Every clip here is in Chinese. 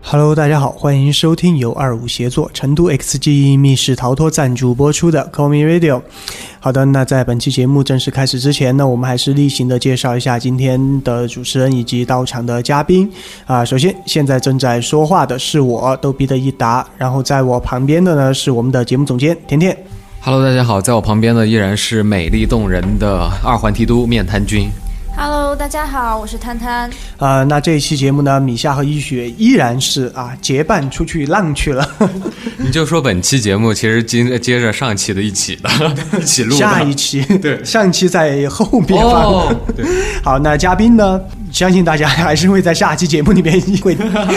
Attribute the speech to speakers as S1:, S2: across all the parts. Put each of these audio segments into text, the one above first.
S1: Hello，大家好，欢迎收听由二五协作成都 XG 密室逃脱赞助播出的 Call Me Radio。好的，那在本期节目正式开始之前呢，我们还是例行的介绍一下今天的主持人以及到场的嘉宾啊。首先，现在正在说话的是我逗逼的一达，然后在我旁边的呢是我们的节目总监甜甜。
S2: Hello，大家好，在我旁边的依然是美丽动人的二环提督面瘫君。
S3: Hello，大家好，我是摊摊。
S1: 呃，那这一期节目呢，米夏和一雪依然是啊结伴出去浪去了，
S2: 你就说本期节目其实接接着上期的一起的， 一起录的。
S1: 下一期
S2: 对
S1: 上一期在后面放。
S2: 哦，对，
S1: 好，那嘉宾呢？相信大家 还是会在下期节目里面会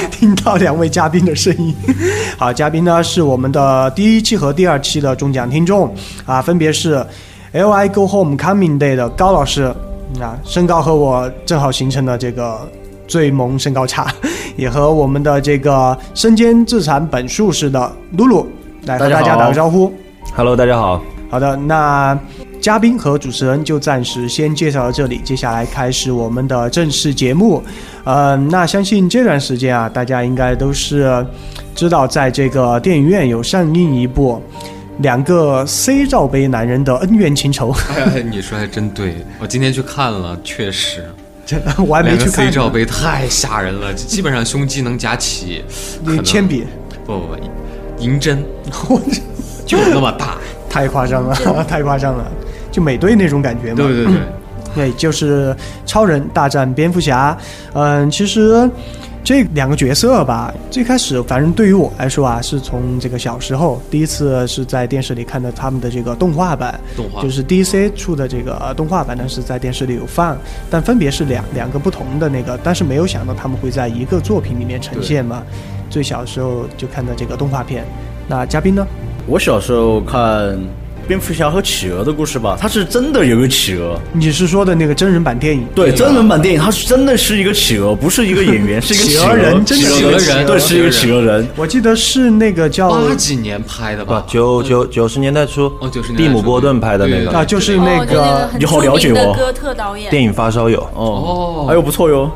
S1: 听到两位嘉宾的声音。 好，嘉宾呢是我们的第一期和第二期的中奖听众啊，分别是 L I Go Home Coming Day 的高老师啊，身高和我正好形成了这个最萌身高差， 也和我们的这个身兼自产本术士的露露来和大
S4: 大家
S1: 家
S4: 好
S1: 打个招呼。
S4: Hello，大家好。
S1: 好的，那嘉宾和主持人就暂时先介绍到这里，接下来开始我们的正式节目。呃，那相信这段时间啊，大家应该都是呃知道，在这个电影院有上映一部两个 C 罩杯男人的恩怨情仇，
S2: 哎呀，你说还真对，我今天去看了，确实，
S1: 真的我还没
S2: 两个
S1: 去
S2: C
S1: 看呢。
S2: 罩杯太吓人了，基本上胸肌能夹起，可
S1: 你
S2: 能
S1: 铅笔，
S2: 不不不，银针
S1: 我这
S2: 就那么 大，
S1: 太夸张了，太夸张了，就美队那种感觉嘛。
S2: 对对对，
S1: 嗯对，就是超人大战蝙蝠侠。嗯，其实这两个角色吧，最开始反正对于我来说啊，是从这个小时候第一次是在电视里看的他们的这个动画版，
S2: 动画
S1: 就是 DC 出的这个呃动画版，但是在电视里有放，但分别是两两个不同的那个，但是没有想到他们会在一个作品里面呈现嘛。最小时候就看的这个动画片，那嘉宾呢？
S4: 我小时候看蝙蝠侠和企鹅的故事吧，它是真的有个企鹅，
S1: 你是说的那个真人版电影？
S4: 对，真人版电影，它是真的是一个企鹅，不是一个演员，是一个
S1: 企鹅
S4: 鹅
S1: 人真
S4: 企
S1: 的是一
S4: 鹅
S1: 个企鹅
S4: 人，对，是一个企鹅人。
S1: 我记得是那个叫
S2: 八几年拍的
S1: 哦
S2: 吧
S5: 啊，？九九九十年代初，
S2: 哦，就是
S5: 蒂姆·波顿拍的那
S1: 啊，
S5: 个
S1: 就是
S3: 哦
S1: 那
S3: 就
S1: 个
S3: 很
S4: 你好
S3: 著
S4: 了解
S3: 名的
S4: 我
S3: 哥特导演。
S5: 电影《发烧友》。
S4: 哦
S2: 哦，
S4: 哎呦不错哟，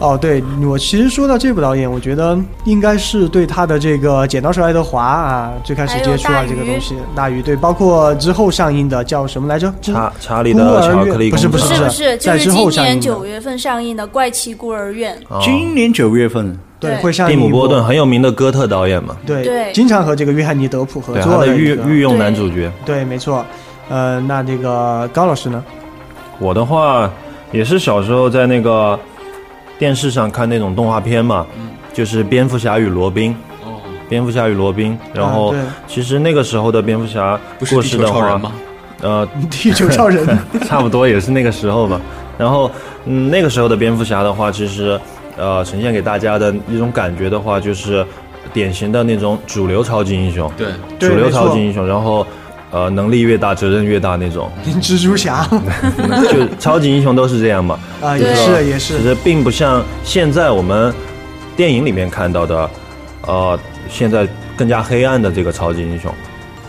S1: 哦，对我其实说到这部导演，我觉得应该是对他的这个《剪刀手爱德华》啊，最开始接触到这个东西，大鱼对，包括之后上映的叫什么来着？
S5: 查查理
S1: 孤
S5: 的
S1: 儿
S5: 巧
S1: 院
S5: 克力
S1: 不
S5: 工
S1: 是
S5: 厂，
S1: 不
S3: 不是不是，就
S1: 在
S3: 是
S1: 之后
S3: 今
S1: 上映
S3: 年
S1: 的
S3: 九月份上映的《怪奇孤儿院》。
S5: 哦
S4: 今年九月份，
S1: 对，
S3: 对
S1: 会上
S5: 蒂
S1: 映一
S5: 姆·
S1: 部
S5: 波顿很有名的哥特导演嘛，
S1: 对，
S3: 对
S1: 经常和这个约翰尼·德普合
S5: 对，他
S1: 作
S5: 的
S1: 一
S5: 御
S1: 个
S5: 御用男主角。
S1: 对，没错。呃，那这个高老师呢？
S5: 我的话也是小时候在那个电视上看那种动画片嘛，就是《蝙蝠侠与罗宾》，
S2: 哦，
S5: 蝙蝠侠与罗宾。然后
S1: 啊
S5: 其实那个时候的蝙蝠侠
S2: 不是
S5: 过
S2: 地
S5: 世
S2: 球
S5: 的
S2: 超人
S5: 话，
S2: 吗？
S5: 呃，
S1: 对， 地球超人
S5: 差不多也是那个时候吧。然后，嗯，那个时候的蝙蝠侠的话，其实，呃，呈现给大家的一种感觉的话，就是典型的那种主流超级英雄，
S2: 对，
S1: 对
S5: 主流
S1: 没错
S5: 超级英雄，然后，呃，能力越大，责任越大那种， 嗯
S1: 蜘蛛侠啊、
S5: 就超级英雄都是这样嘛。
S1: 也
S3: 对
S1: 是也
S5: 其
S1: 是，
S5: 实并不像现在我们电影里面看到的，呃，现在更加黑暗的这个超级英雄。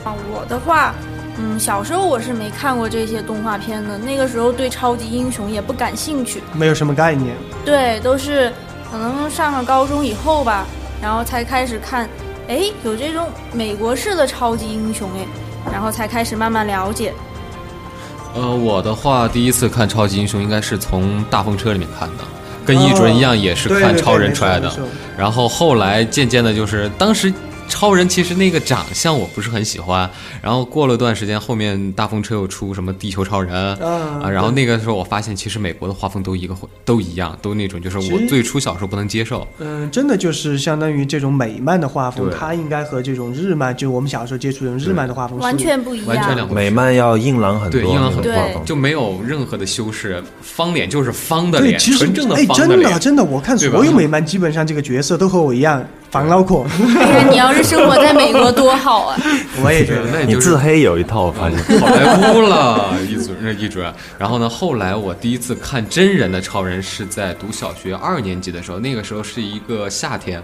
S3: 啊，我的话，嗯，小时候我是没看过这些动画片的，那个时候对超级英雄也不感兴趣，
S1: 没有什么概念。
S3: 对，都是可能上了高中以后吧，然后才开始看，哎，有这种美国式的超级英雄哎，然后才开始慢慢了解。
S2: 呃，我的话，第一次看超级英雄应该是从大风车里面看的，跟易主任一样也是
S1: 哦对
S2: 看
S1: 对
S2: 超
S1: 对
S2: 人
S1: 没
S2: 出
S1: 错
S2: 来
S1: 没
S2: 的。
S1: 错
S2: 然后后来渐渐的，就是当时超人其实那个长相我不是很喜欢。然后过了段时间，后面大风车又出什么地球超人
S1: 啊
S2: 啊，然后那个时候我发现，其实美国的画风都一个都一样，都那种就是
S1: 其实
S2: 我最初小时候不能接受。
S1: 嗯，真的就是相当于这种美漫的画风，
S2: 对
S1: 它应该和这种日漫，就我们小时候接触这种日漫的画风是
S3: 完全不一样，
S2: 完全两回事
S5: 美漫要硬朗很多，
S2: 嗯对，硬朗很
S5: 那
S2: 多
S5: 种画风，
S2: 就没有任何的修饰，方脸就是方的
S1: 对，
S2: 脸，
S1: 其实
S2: 纯正的
S1: 哎，
S2: 方的
S1: 真
S2: 脸。
S1: 的真的，我看
S2: 对吧
S1: 所有美漫基本上这个角色都和我一样防老孔，
S3: 哎呀，你要是生活在美国多好啊！
S1: 我也觉
S2: 对
S1: 得。
S2: 那
S5: 你
S2: 就是嗯
S5: 自黑有一套，我发现。
S2: 好莱坞了，一主任一主任。然后呢，后来我第一次看真人的超人是在读小学二年级的时候，那个时候是一个夏天，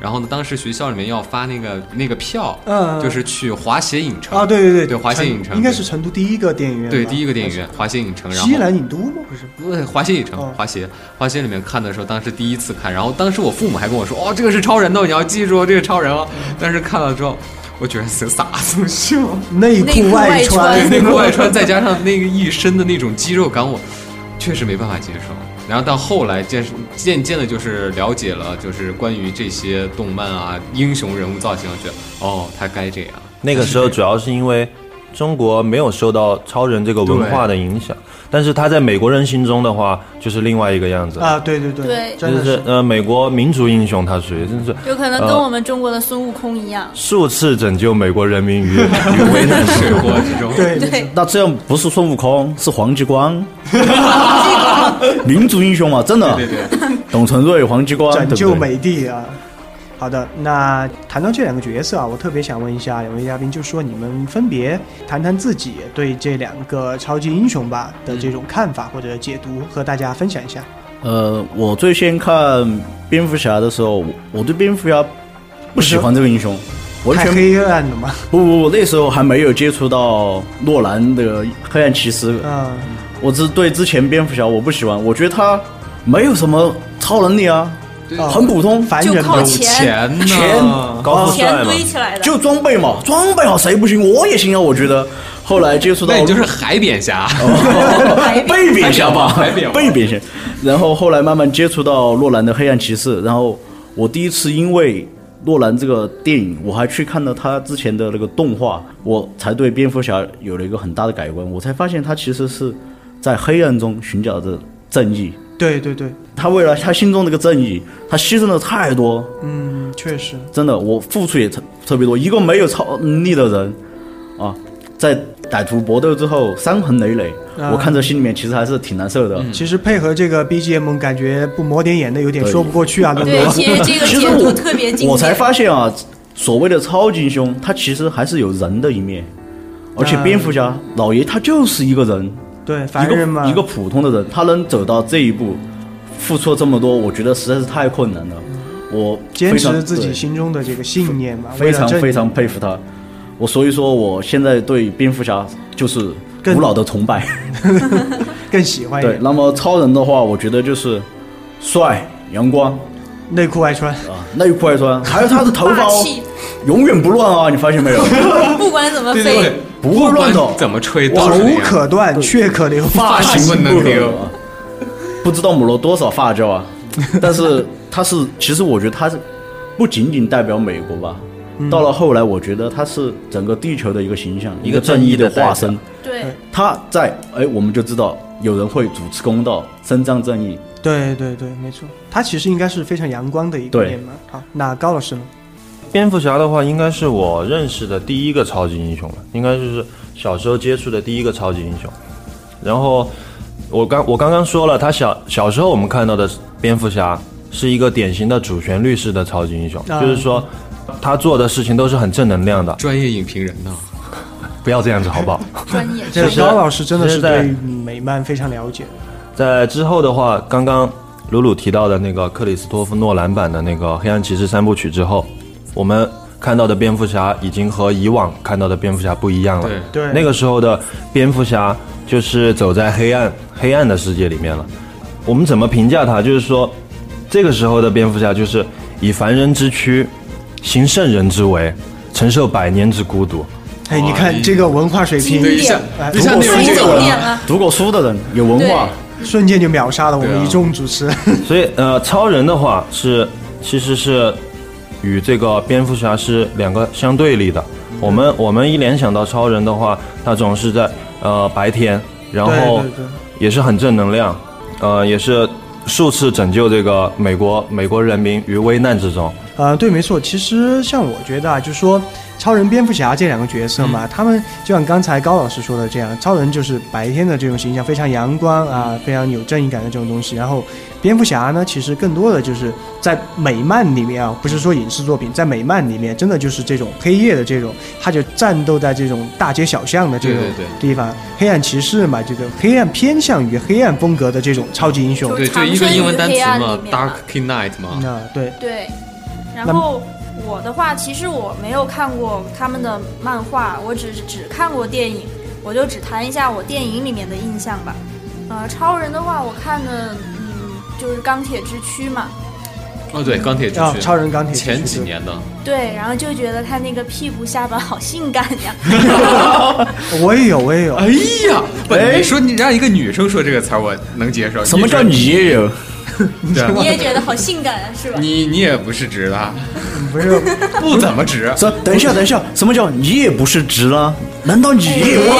S2: 然后呢，当时学校里面要发那个那个票，
S1: 嗯嗯
S2: 就是去华协影 城
S1: 啊，对对对，
S2: 对华
S1: 成
S2: 西影城
S1: 应该
S2: 对
S1: 是成都第一个电影院吧，
S2: 对第一个电影院华协影城，然后
S1: 西南影都吗？不是，
S2: 不是华西影城
S1: 哦，
S2: 华协华协里面看的时候，当时第一次看，然后当时我父母还跟我说，哦，这个是超人的，你要记住哦这个超人哦。但是看了之后，我觉得 是啥东西哦，
S1: 内
S3: 内
S1: 裤
S3: 裤
S1: 外
S3: 外
S1: 穿
S3: 穿，
S2: 内裤外穿，再加上那个一身的那种肌肉感，我确实没办法接受。然后到后来渐渐渐的，就是了解了，就是关于这些动漫啊、英雄人物造型，我觉得哦，他该这样。
S5: 那个时候主要是因为中国没有受到超人这个文化的影响，但是他在美国人心中的话，就是另外一个样子，
S1: 啊，对对对，
S3: 对
S5: 就
S1: 真的
S5: 是
S1: 是。
S5: 呃美国民族英雄，他属于真是
S3: 有可能跟我们中国的孙悟空一样，
S5: 数次拯救美国人民于于危难
S2: 水
S5: 之中。
S2: 火之中，
S1: 对，
S3: 对，
S4: 那这样不是孙悟空，是黄继光，民族英雄嘛，真的。
S2: 对对对，
S4: 董存瑞、黄继光，
S1: 拯
S4: 对
S1: 救
S4: 不对
S1: 美帝啊。好的，那谈到这两个角色啊，我特别想问一下两位嘉宾，就说你们分别谈谈自己对这两个超级英雄吧的这
S4: 嗯
S1: 种看法或者解读，和大家分享一下。
S4: 呃，我最先看蝙蝠侠的时候，我我对蝙蝠侠不喜欢这个英雄，完
S1: 太
S4: 全
S1: 黑暗了嘛，
S4: 不不不，那时候还没有接触到诺兰的黑暗骑士，
S1: 嗯，
S4: 我只对之前蝙蝠侠我不喜欢，我觉得他没有什么超能力啊，
S1: 哦
S4: 很普通，
S1: 凡
S3: 就
S1: 人
S3: 靠
S1: 嘛
S2: 有钱呢，
S4: 钱
S5: 高富帅
S3: 钱
S5: 嘛，
S3: 堆起来的。
S4: 就装备嘛，装备好谁不行，我也行啊，我觉得。后来接触到
S2: 那你就是海扁侠。
S4: 被贬一下吧
S2: 白贬，吧
S4: 被贬一下。然后后来慢慢接触到诺兰的《黑暗骑士》，然后我第一次因为诺兰这个电影，我还去看了他之前的那个动画，我才对蝙蝠侠有了一个很大的改观。我才发现他其实是在黑暗中寻找着正义。
S1: 对对对，
S4: 他为了他心中那个正义，他牺牲了太多，
S1: 嗯，确实，
S4: 真的，我付出也特特别多。一个没有超能力的人，啊，在歹徒搏斗之后伤痕累累，
S1: 啊
S4: 我看着心里面其实还是挺难受的。
S1: 其实配合这个 BGM，感觉不抹点眼泪有点
S4: 对
S1: 说不过去啊，对不
S3: 对，
S1: 对？
S3: 其实这个
S4: 其实
S3: 解读
S4: 我
S3: 特别经典。
S4: 我才发现啊，所谓的超级英雄，他其实还是有人的一面，而且
S1: 嗯
S4: 蝙蝠侠老爷他就是一个人，
S1: 对，
S4: 一
S1: 凡人嘛，
S4: 个一个普通的人，他能走到这一步，付出了这么多，我觉得实在是太困难了。我
S1: 坚
S4: 非常
S1: 持自己
S4: 对
S1: 心中的这个信念嘛，为
S4: 非
S1: 了
S4: 常
S1: 正义
S4: 非常佩服他。我所以说，我现在对蝙蝠侠就是
S1: 更
S4: 古老的崇拜。
S1: 更喜欢一
S4: 对，
S1: 点，
S4: 那么超人的话，我觉得就是帅、阳光
S1: 内裤外穿，
S4: 啊，内裤外穿，还有他的头发
S3: 霸
S4: 哦，
S3: 气，
S4: 永远不乱啊，你发现没有？
S3: 不管怎么
S2: 对对
S3: 飞
S2: 对，，
S4: 不会乱的
S2: 不管怎么吹
S1: 头
S2: 都是那样
S1: 可断，血可流，
S2: 发型不能
S4: 留
S2: 留。
S4: 不知道抹了多少发胶啊！ 但是他是，其实我觉得他是不仅仅代表美国吧。到了后来，我觉得他是整个地球的一个形象，
S5: 一
S4: 一
S5: 个
S4: 个
S5: 正
S4: 正
S5: 义
S4: 义
S5: 的
S4: 的
S5: 代表
S4: 化身。
S3: 对，
S4: 他在哎，我们就知道有人会主持公道、伸张正义。
S1: 对对对，没错，他其实应该是非常阳光的一个
S4: 对
S1: 面嘛。好，那高老师呢？
S5: 蝙蝠侠的话，应该是我认识的第一个超级英雄了，应该就是小时候接触的第一个超级英雄。然后我刚我刚刚说了，他小小时候我们看到的蝙蝠侠是一个典型的主旋律式的超级英雄，
S1: 啊
S5: 就是说他做的事情都是很正能量的，
S2: 专业影评人呢，
S5: 不要这样子好不好？
S3: 专业。
S1: 这
S5: 是
S1: 高老师真的是
S5: 是在
S1: 对美漫非常了解。
S5: 在之后的话，刚刚鲁鲁提到的那个克里斯托夫诺兰版的那个《黑暗骑士》三部曲之后，我们看到的蝙蝠侠已经和以往看到的蝙蝠侠不一样了。
S2: 对
S1: 对
S5: 那个时候的蝙蝠侠就是走在黑暗黑暗的世界里面了。我们怎么评价他？就是说，这个时候的蝙蝠侠就是以凡人之躯，行圣人之为，承受百年之孤独。
S1: 哎，你
S2: 哇
S1: 看这个文化水平
S3: 经，
S2: 对一下
S1: 哎
S2: 一下
S4: 读
S2: 那啊
S4: 过
S2: 种
S4: 书
S2: 这
S3: 太
S2: 个
S3: 经
S4: 的
S3: 典
S4: 人
S3: 了，
S4: 读过书的人有文化，
S1: 瞬间就秒杀了我
S2: 对
S1: 们
S2: 啊
S1: 一众主持。
S5: 所以呃，超人的话是其实是与这个蝙蝠侠是两个相对立的。我们我们一联想到超人的话，他总是在呃白天，然
S1: 对
S5: 后
S1: 对对
S5: 也是很正能量，呃，也是数次拯救这个美国美国人民于危难之中。
S1: 呃，对，没错。其实像我觉得啊，就说超人、蝙蝠侠这两个角色
S2: 嗯
S1: 嘛，他们就像刚才高老师说的这样，超人就是白天的这种形象，非常阳光啊，非常有正义感的这种东西。然后蝙蝠侠呢，其实更多的就是在美漫里面啊，不是说影视作品，在美漫里面真的就是这种黑夜的这种，他就战斗在这种大街小巷的这种
S2: 对对
S1: 地方，黑暗骑士嘛，这个黑暗偏向于黑暗风格的这种超级英雄。啊
S3: 就
S2: 对，就
S3: 是
S2: 一
S3: 藏
S2: 个
S3: 身
S2: 英文
S3: 于
S2: 单
S3: 黑
S2: 词
S3: 暗
S2: 嘛
S3: 里面
S2: ，Dark
S3: 了
S2: Knight 嘛，
S1: 那对，
S3: 对，然后我的话，其实我没有看过他们的漫画，我只只看过电影，我就只谈一下我电影里面的印象吧。呃，超人的话，我看的嗯就是钢铁之躯嘛，
S2: 哦，对，钢铁之
S1: 啊
S2: 躯，
S1: 超人钢铁之躯
S2: 前几
S1: 对
S2: 年的，
S3: 对，然后就觉得他那个屁股下巴好性感呀。
S1: 我也有，我也有。
S2: 哎呀，不，
S4: 哎
S2: 你说你让一个女生说这个词儿，我能接受。
S4: 什么叫你也有？
S2: 你说？
S3: 你
S2: 对
S3: 也觉得好性感啊是吧？
S2: 你你也不是直的，啊
S1: 不是，
S2: 不怎么 直。
S4: 这啊等一下，等一下，什么叫你也不是直啦？难道你也啊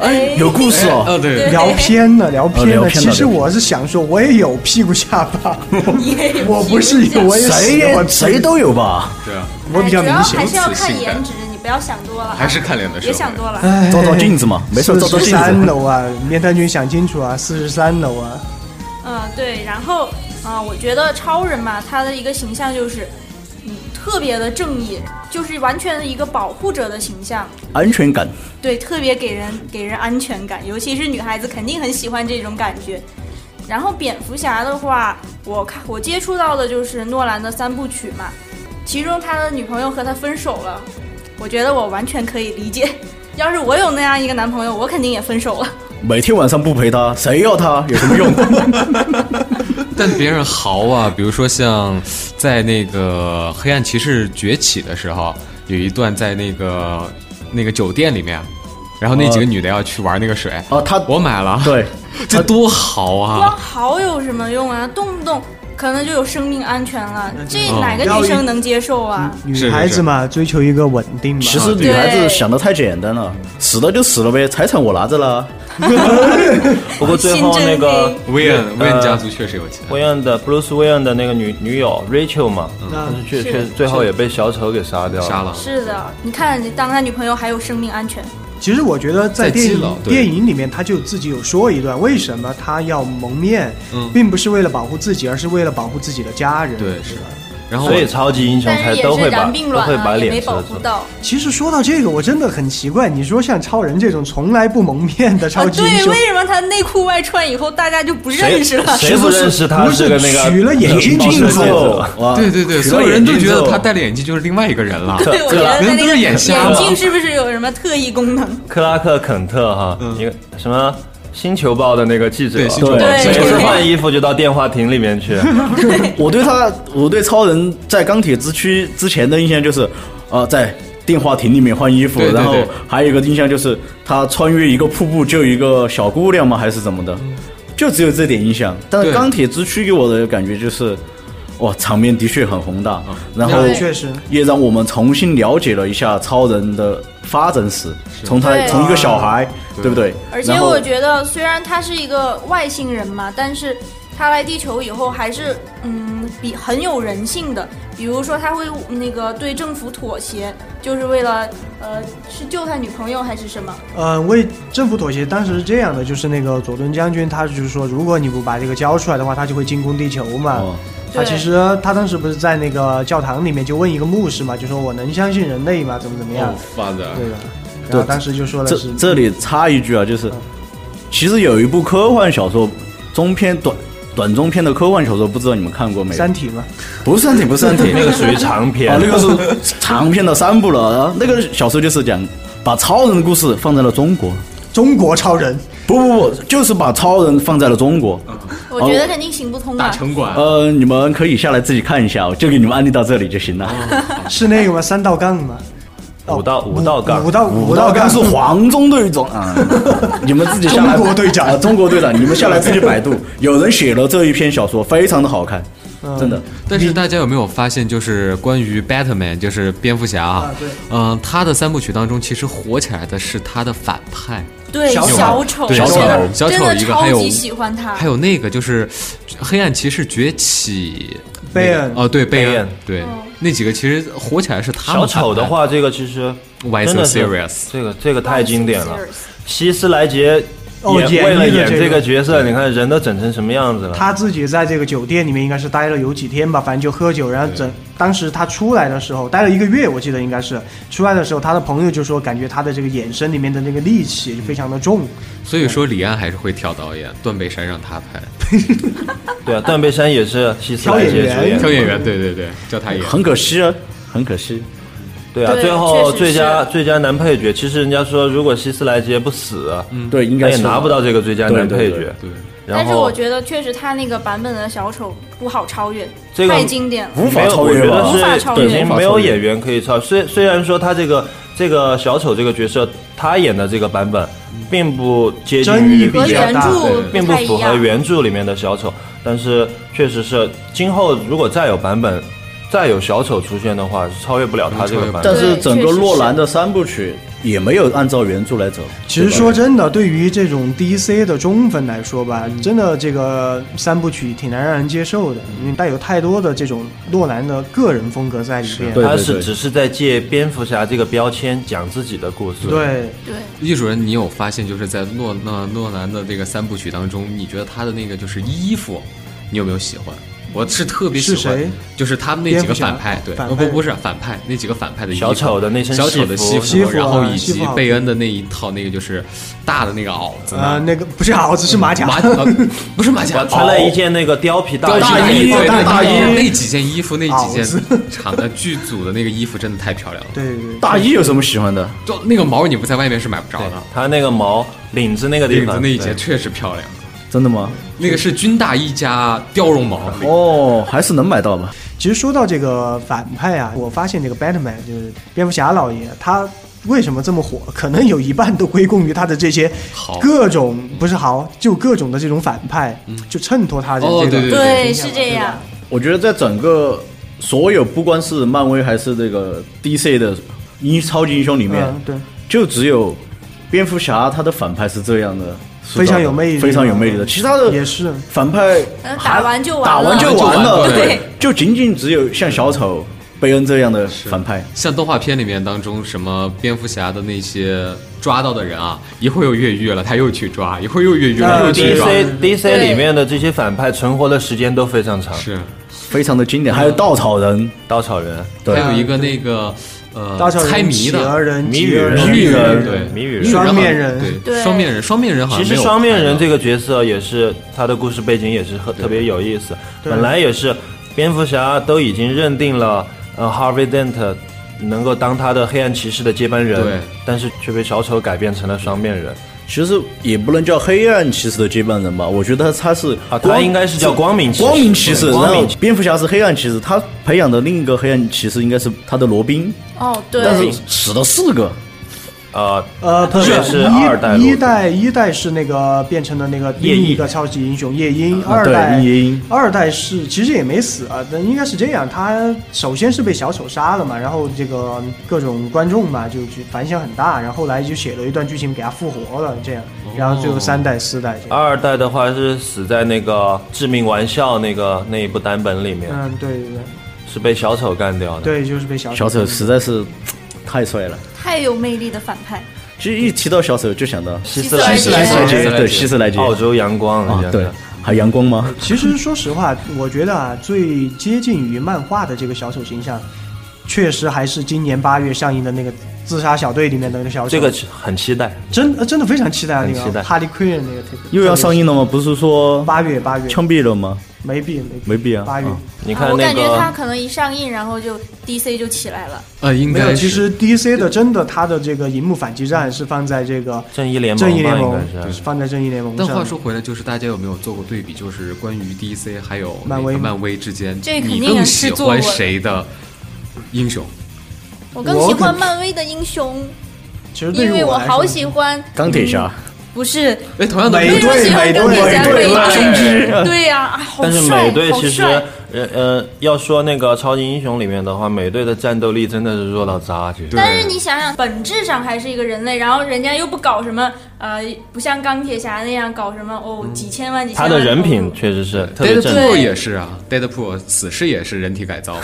S3: 哎
S4: 有故事哦？
S2: 哦， 对，
S1: 聊偏了，聊
S4: 啊
S1: 偏
S4: 聊
S1: 了。
S4: 偏了
S1: 其实
S4: 聊偏了
S1: 我是想说，我也有屁股下巴，
S3: 你也哎有
S1: 我不是
S3: 屁股
S1: 有，
S3: 下巴
S1: 我也
S4: 谁
S1: 是有
S4: 也谁都有吧？
S2: 对啊，
S1: 我比较
S3: 哎主
S1: 明
S3: 要
S1: 显
S3: 还。是要看
S2: 性感
S3: 颜值，你不要想多了啊，
S2: 还是看脸的时候
S3: 别想多了。
S1: 哎
S4: 照照镜子嘛，没事照照
S1: 四
S4: 镜
S1: 十三
S4: 子。
S1: 楼啊，面瘫君想清楚啊，四十三楼啊，
S3: 嗯，对，然后啊、我觉得超人嘛，他的一个形象就是，嗯，特别的正义，就是完全的一个保护者的形象，
S4: 安全感，
S3: 对，特别给人给人安全感，尤其是女孩子肯定很喜欢这种感觉。然后蝙蝠侠的话，我看我接触到的就是诺兰的三部曲嘛，其中他的女朋友和他分手了，我觉得我完全可以理解。要是我有那样一个男朋友，我肯定也分手了。
S4: 每天晚上不陪他，谁要他有什 么用？
S2: 但别人豪啊，比如说像在那个黑暗骑士崛起的时候，有一段在那个那个酒店里面，然后那几
S1: 哦
S2: 个女的要去玩那个水，
S4: 哦，他
S2: 我买
S1: 啊
S2: 了，
S4: 对，
S2: 这多豪
S3: 光
S2: 啊！
S3: 好有什么用啊？动不动可能就有生命安全了，这
S2: 嗯
S3: 哪个女生能接受啊？
S1: 女孩子嘛，追求一个稳定嘛。
S4: 其实女孩子想的太简单了，死了就死了呗，财产我拿着了。
S5: 不过最后那个
S3: 心
S2: 威恩威恩
S5: 呃
S2: 家族确实有钱，
S5: 威恩的 Bruce 威恩的那个女女友 Rachel 嘛，
S1: 嗯
S5: 但是确
S3: 是
S5: 确最后也被小丑给杀掉
S2: 杀。了。
S3: 是的，你看，当他女朋友还有生命安全，
S1: 其实我觉得在
S2: 在
S1: 电
S2: 基
S1: 影
S2: 佬对
S1: 电影里面，他就自己有说一段，为什么他要蒙面，
S2: 嗯
S1: 并不是为了保护自己，而是为了保护自己的家人。
S2: 对是
S1: 吧
S2: 然后
S5: 所以超级英雄
S3: 但
S5: 才
S3: 是也
S5: 都
S3: 是
S5: 会把
S3: 然并
S5: 都
S3: 卵
S5: 会
S3: 啊，
S5: 把
S3: 也
S5: 脸
S3: 没
S5: 遮
S3: 保
S5: 住
S3: 护。到。
S1: 其实说到这个，我真的很奇怪，你说像超人这种从来不蒙面的
S3: 啊，
S1: 超级英
S3: 对，
S1: 雄，
S3: 为什么他内裤外穿以后大家就不认
S5: 谁
S3: 识了？
S5: 谁不认识他
S1: 不是
S5: 个那个
S1: 取了眼镜
S5: 老
S1: 之
S5: 师
S1: 后
S5: 戒指
S4: 哇
S2: 对对对，
S5: 取了
S2: 所有人
S5: 眼
S2: 都
S5: 镜
S2: 觉得
S5: 之后
S2: 他戴了眼镜就是另外一个人了。
S3: 对，我觉得他
S2: 人
S3: 那
S2: 都
S3: 个
S2: 是眼瞎
S3: 眼
S2: 了
S3: 镜是不是有什么特异功能？
S5: 克拉克·肯特哈，
S1: 嗯
S5: 一个什么《星球报》的那个记者，
S2: 对星球
S4: 报
S3: 对
S5: 每次换衣服就到电话亭里面 去。
S4: 我对他，我对超人在钢铁之躯之前的印象就是，呃，在电话亭里面换衣服，
S2: 对对
S4: 然后
S2: 对
S4: 还有一个印象就是他穿越一个瀑布救一个小姑娘吗？还是怎么的？就只有这点印象。但是
S2: 对
S4: 钢铁之躯给我的感觉就是，哇，场面的确很宏
S2: 嗯
S4: 大，然后
S3: 对
S1: 确实
S4: 也让我们重新了解了一下超人的发展史，从他
S3: 对
S4: 从一个小孩，
S1: 啊
S4: 对不对？
S3: 而且
S4: 然后
S3: 我觉得，虽然他是一个外星人嘛，但是他来地球以后还是嗯，比很有人性的。比如说，他会那个对政府妥协，就是为了呃，是救他女朋友还是什么？
S1: 嗯，为政府妥协，当时是这样的，就是那个佐敦将军，他就是说，如果你不把这个交出来的话，他就会进攻地球嘛。
S4: 哦
S1: 他
S3: 对
S1: 其实他当时不是在那个教堂里面就问一个牧师嘛，就说我能相信人类吗？怎么怎么样？
S2: 哦，father，
S1: 对的。然后当时就说的
S4: 这
S1: 是
S4: 这里插一句啊，就是
S1: 嗯
S4: 其实有一部科幻小说，中篇短短中篇的科幻小说，不知道你们看过没
S1: 《
S4: 有？
S1: 三体》嘛，
S4: 不是三体，不是 三体，
S5: 那个属于长篇
S4: 啊，，那个是长篇的三部了。然后那个小说就是讲把超人的故事放在了中国，
S1: 中国超人，
S4: 不不不，就是把超人放在了中国。
S3: 我觉得肯定行不通啊
S2: 大
S3: 吧。
S2: 城管，
S4: 呃，你们可以下来自己看一下，我就给你们安利到这里就行了。
S1: 是那个吗？三道杠吗？哦
S5: 五道五道杠
S1: 五道五
S4: 武
S1: 道
S4: 道
S1: 杠
S4: 刚是黄忠队长啊， 你们自己下来。
S1: 中国队长
S4: 啊中国队长，你们下来自己百 度。有人写了这一篇小说，非常的好看，
S1: 嗯
S4: 真的。
S2: 但是大家有没有发现，就是关于 Batman，就是蝙蝠侠啊
S1: 啊对，
S2: 嗯、他的三部曲当中，其实火起来的是他的反派，
S3: 对，
S1: 小丑
S3: 小丑，
S2: 对
S4: 小丑
S3: 真的
S2: 小丑
S3: 真的
S2: 一个还
S3: 超
S2: 有
S3: 级喜欢他。
S2: 还有那个就是《黑暗骑士崛起》
S1: 贝恩
S2: 哦，对贝
S5: 贝
S2: 恩
S5: 恩，
S2: 对那几个其实火起来是他们
S5: 小丑的话，这个其实
S2: Why so
S5: 真的是
S2: serious？
S5: 这个这个太经典了
S3: Serious。
S5: 希斯莱杰
S1: 哦
S5: 演
S1: 演绎
S5: 为了
S1: 了
S5: 演
S1: 这
S5: 这
S1: 个
S5: 个角色，你看人都整成什么样子了。
S1: 他自己在这个酒店里面应该是待了有几天吧，反正就喝酒，然后整当时他出来的时候，待了一个月，我记得应该是出来的时候，他的朋友就说，感觉他的这个眼神里面的那个戾气就非常的重。
S2: 所以说李安还是会挑导演，《断背山》让他拍，
S5: 对啊，断背山也是希斯莱杰主
S1: 挑演
S5: 演
S1: 员
S2: 挑，演员，对对对，叫
S5: 哎
S2: 他演。
S4: 很可惜啊，很可惜。
S5: 对啊，
S3: 对
S5: 最
S3: 确实
S5: 后
S3: 是
S5: 最佳最佳男配角，其实人家说如果希斯莱杰不死，
S1: 嗯
S4: 对，应
S5: 他
S4: 该
S5: 也
S4: 是
S5: 拿不到这个最佳男
S4: 对
S5: 配
S4: 对
S5: 角。
S2: 对，
S5: 然
S3: 但是我
S5: 后
S3: 觉得确实他那个版本的小丑不好超越，
S5: 这个
S3: 太经典了。
S4: 无法
S5: 没有，
S4: 超
S5: 我觉
S4: 越吧
S3: 无法
S5: 得
S3: 超
S5: 是
S3: 越
S5: 已经没有演员可以超。虽虽然说他这个这个小丑这个角色，他演的这个版本，并不接近
S1: 争议
S5: 于
S1: 比
S3: 和
S1: 较
S3: 原
S1: 大
S3: 著
S5: 并不
S3: 太一
S5: 符合
S3: 样。
S5: 原著里面的小丑，但是确实是今后如果再有版本，再有小丑出现的话，是超越不了他这个版
S4: 但
S5: 本。
S4: 是
S3: 对
S4: 整个
S3: 确实
S4: 洛
S3: 是
S4: 兰的三部曲也没有按照原著来走。
S1: 其实
S4: 对吧
S1: 说真的，对于这种 DC 的忠粉来说吧，真的这个三部曲挺难让人接受的，因为带有太多的这种诺兰的个人风格在里边。
S4: 对
S5: 他
S4: 对
S5: 是
S4: 对
S5: 只是在借蝙蝠侠这个标签讲自己的故事。，
S1: 对
S3: 对，
S2: 易主任，你有发现就是在诺那诺兰的这个三部曲当中，你觉得他的那个就是衣服，你有没有喜欢？我是特别喜
S1: 是
S2: 欢
S1: 谁，
S2: 就是他们那几
S1: 蝙
S2: 个
S1: 蝠侠
S2: 反派，对，
S1: 反
S2: 呃
S1: 派
S2: 不不是反派，那几个反派的衣服
S5: 小丑的那身
S2: 小丑的
S5: 西服
S1: 西服啊
S2: 然后以
S1: 西服
S2: 及
S1: 好
S2: 贝恩的那一套那个就是大的那个袄子
S1: 呃，
S2: 呢
S1: 那个不是袄子是马甲，
S2: 马呃不是马甲，
S5: 我穿了
S2: 袄
S5: 一件那个貂皮大
S1: 貂皮
S2: 衣，
S1: 大衣
S2: 对
S1: 大
S2: 大
S1: 衣
S2: 那几件衣服，那几
S1: 袄子
S2: 件厂的剧组的那个衣服真的太漂亮了，
S1: 对对对，
S4: 大一有什么喜欢的？
S2: 就那个毛你不在外面是买不着的，
S5: 他那个毛领子那个地
S2: 领子
S5: 方，
S2: 那一
S5: 对
S2: 件确实漂亮。
S4: 真的吗？
S2: 那个是军大衣加貂绒毛，
S4: 哦，还是能买到吧？
S1: 其实说到这个反派啊，我发现这个 Batman 就是蝙蝠侠老爷，他为什么这么火？可能有一半都归功于他的这些
S2: 好嗯
S1: 各种不是好，就各种的这种反派，就衬托他的
S2: 哦
S1: 这个。
S2: 对
S3: 对，是这样。
S4: 我觉得在整个所有不光是漫威还是这个 DC 的英超级英雄里面，
S1: 嗯，对，
S4: 就只有蝙蝠侠他的反派是这样的，
S1: 非常有魅力
S4: 非常有魅力的。其他
S2: 呃
S4: 的
S1: 也是
S4: 反派
S3: 呃
S4: 还
S3: 打完就完了
S4: 打完就完
S2: 打完就完
S4: 了，
S2: 了
S3: 对，
S4: 就仅仅只有像小丑、贝恩这样的反派。
S2: 像动画片里面当中，什么蝙蝠侠的那些抓到的人啊，一会儿又越狱了，他又去抓；一会儿又越狱
S1: 啊
S2: 了，又去抓。
S5: DC DC
S3: 对
S5: 里面的这些反派存活的时间都非常长。
S2: 是，
S4: 非常的经
S5: 嗯
S4: 典，还有稻草人，
S5: 稻草人、
S4: 对
S2: 还有一个那个
S1: 大
S2: 呃
S1: 小人
S2: 猜谜
S1: 企鹅
S2: 的
S1: 人、
S5: 谜
S1: 企
S5: 语
S1: 鹅
S5: 人、
S2: 谜语人
S5: 对
S2: 对
S5: 谜
S2: 谜
S5: 语
S2: 语
S5: 人。
S2: 好像
S1: 双面人
S2: 对
S3: 对
S2: 双面人，双面人好
S5: 其
S2: 像
S5: 实
S2: 没有
S5: 双面人
S2: 拍
S5: 这
S2: 到
S5: 个角色也是他的故事背景也是很特别有意思。
S1: 对
S5: 本来也是蝙蝠侠都已经认定了呃 Harvey Dent 能够当他的黑暗骑士的接班人，
S2: 对，
S5: 但是却被小丑改变成了双面人
S4: 其实也不能叫黑暗骑士的接班人吧，我觉得他是
S5: 啊，
S4: 光
S5: 他应该是叫光明骑士，
S4: 光明骑士，
S5: 对
S4: 然
S5: 光
S4: 后
S5: 明骑士
S4: 蝙蝠侠是黑暗骑士，他培养的另一个黑暗骑士应该是他的罗宾，
S3: 哦，
S4: 但是
S3: 对，
S4: 死了四个，
S5: 啊，
S1: 呃，不
S5: 特别是二代
S1: 一
S5: 路
S1: 一代一代是那个变成了那个
S5: 夜
S1: 另一
S5: 莺
S1: 个超级英雄夜莺，
S4: 啊
S1: 二
S4: 对
S1: 代
S4: 夜莺
S1: 二代是其实也没死啊，但应该是这样，他首先是被小丑杀了嘛，然后这个各种观众嘛就就反响很大，然后后来就写了一段剧情给他复活了，这样，然后最后三代四代这样，
S5: 二代的话是死在那个致命玩笑那个那一部单本里面，
S1: 嗯，对对
S5: 是被小丑干掉的。
S1: 对，就是被小
S4: 小丑实在是太帅了。
S3: 太有魅力的反派。
S4: 其实一提到小丑就想到
S5: 希
S3: 希斯莱杰
S1: 希斯莱杰
S4: 对希斯莱杰
S5: 澳洲阳光
S4: 啊，
S5: 人家
S4: 对
S5: 的，
S4: 还阳光吗？
S1: 其实说实话，我觉得啊，最接近于漫画的这个小丑形象，确实还是今年八月上映的那个《自杀小队》里面的那个小丑。
S5: 这个很期待。
S1: 真呃真的非常期待啊
S5: 很
S1: 那
S5: 期
S1: 个
S5: 待
S1: 哈利奎恩那个特别
S4: 又要上映了吗？不是说
S1: 八月八月
S4: 枪毙了吗？
S1: 没必
S4: 没必啊
S1: 八月
S4: 啊
S5: 你
S3: 啊
S5: 看
S3: 我
S5: 那
S3: 感觉他
S5: 个，
S3: 可能一上映，然后就 DC 就起来了。
S2: 呃，应
S1: 没
S2: 该
S1: 有，其
S2: 是
S1: 实 DC 的真的它的这个荧幕反击战是放在这个
S5: 正义联盟吧
S1: 正义联盟
S5: 应该，是
S1: 是放在正义联盟
S2: 但
S1: 上。
S2: 话说回来，就是大家有没有做过对比？就是关于 DC 还有
S1: 漫威
S2: 那个
S1: 吗
S2: 漫威之间，
S3: 这肯
S2: 你
S3: 定
S2: 更
S3: 人是
S2: 喜
S3: 做过
S2: 欢
S3: 的
S2: 谁的英雄？
S3: 我更
S1: 我
S3: 喜
S1: 可
S3: 欢漫威的英雄，
S1: 其实对
S3: 因
S1: 于
S3: 为
S1: 我来说
S3: 好喜欢嗯
S4: 钢铁侠，
S3: 不是，
S2: 哎，同样的，
S1: 美
S3: 为
S1: 队
S3: 什么喜欢钢铁
S1: 美
S3: 侠？
S1: 队
S3: 美队，对呀，啊好
S5: 但是
S3: 帅，
S5: 美队
S3: 好
S5: 其实
S3: 帅。，
S5: 呃呃，要说那个超级英雄里面的话，美队的战斗力真的是弱到渣，其实。
S3: 但是你想想，本质上还是一个人类，然后人家又不搞什么，呃，不像钢铁侠那样搞什么哦，几千万、几千
S5: 他
S3: 万。
S5: 的人品确实是特别
S3: 对
S5: 正宗，
S2: Deadpool 也是啊，Deadpool 死侍也是人体改造嘛，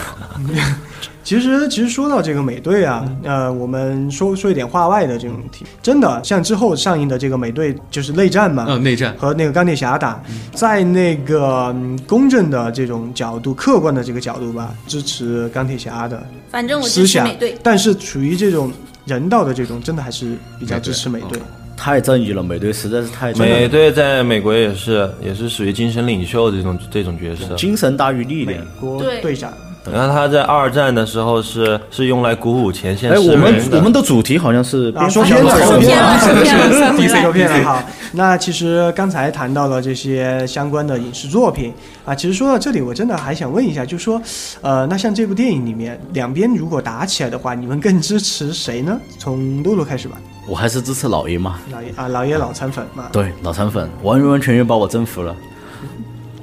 S1: 其实，其实说到这个美队啊，呃，我们说说一点话外的这种题，真的像之后上映的这个美队就是内战嘛，
S2: 嗯，内战，
S1: 和那个钢铁侠打，在那个、嗯公正的这种角度、客观的这个角度吧，支持钢铁侠的
S3: 反正我
S1: 思
S3: 支持
S1: 想
S3: 美队，，
S1: 但是处于这种人道的这种，真的还是比较支持美队。
S4: 嗯太正义了，美队实在是太正义
S5: 美
S4: 了，
S5: 队在美国也是也是属于精神领袖这种这种角色。
S4: 精神大于力
S1: 美
S4: 量。
S1: 国
S3: 对
S1: 队长，
S5: 你看他在二战的时候是是用来鼓舞前线
S4: 哎，
S5: 士
S4: 我们
S5: 人的。
S4: 我们的主题好像是
S1: 啊说
S4: 偏
S1: 偏了说偏
S3: 了说偏了说
S1: 第
S3: 回
S1: 一次
S3: 来
S1: 就变了哈。 那其实刚才谈到了这些相关的影视作品啊，其实说到这里，我真的还想问一下，就说，呃，那像这部电影里面，两边如果打起来的话，你们更支持谁呢？从露露开始吧，
S4: 我还是支持老爷嘛，
S1: 老爷啊，老爷脑残粉嘛，
S4: 对，脑残粉完完全全把我征服了。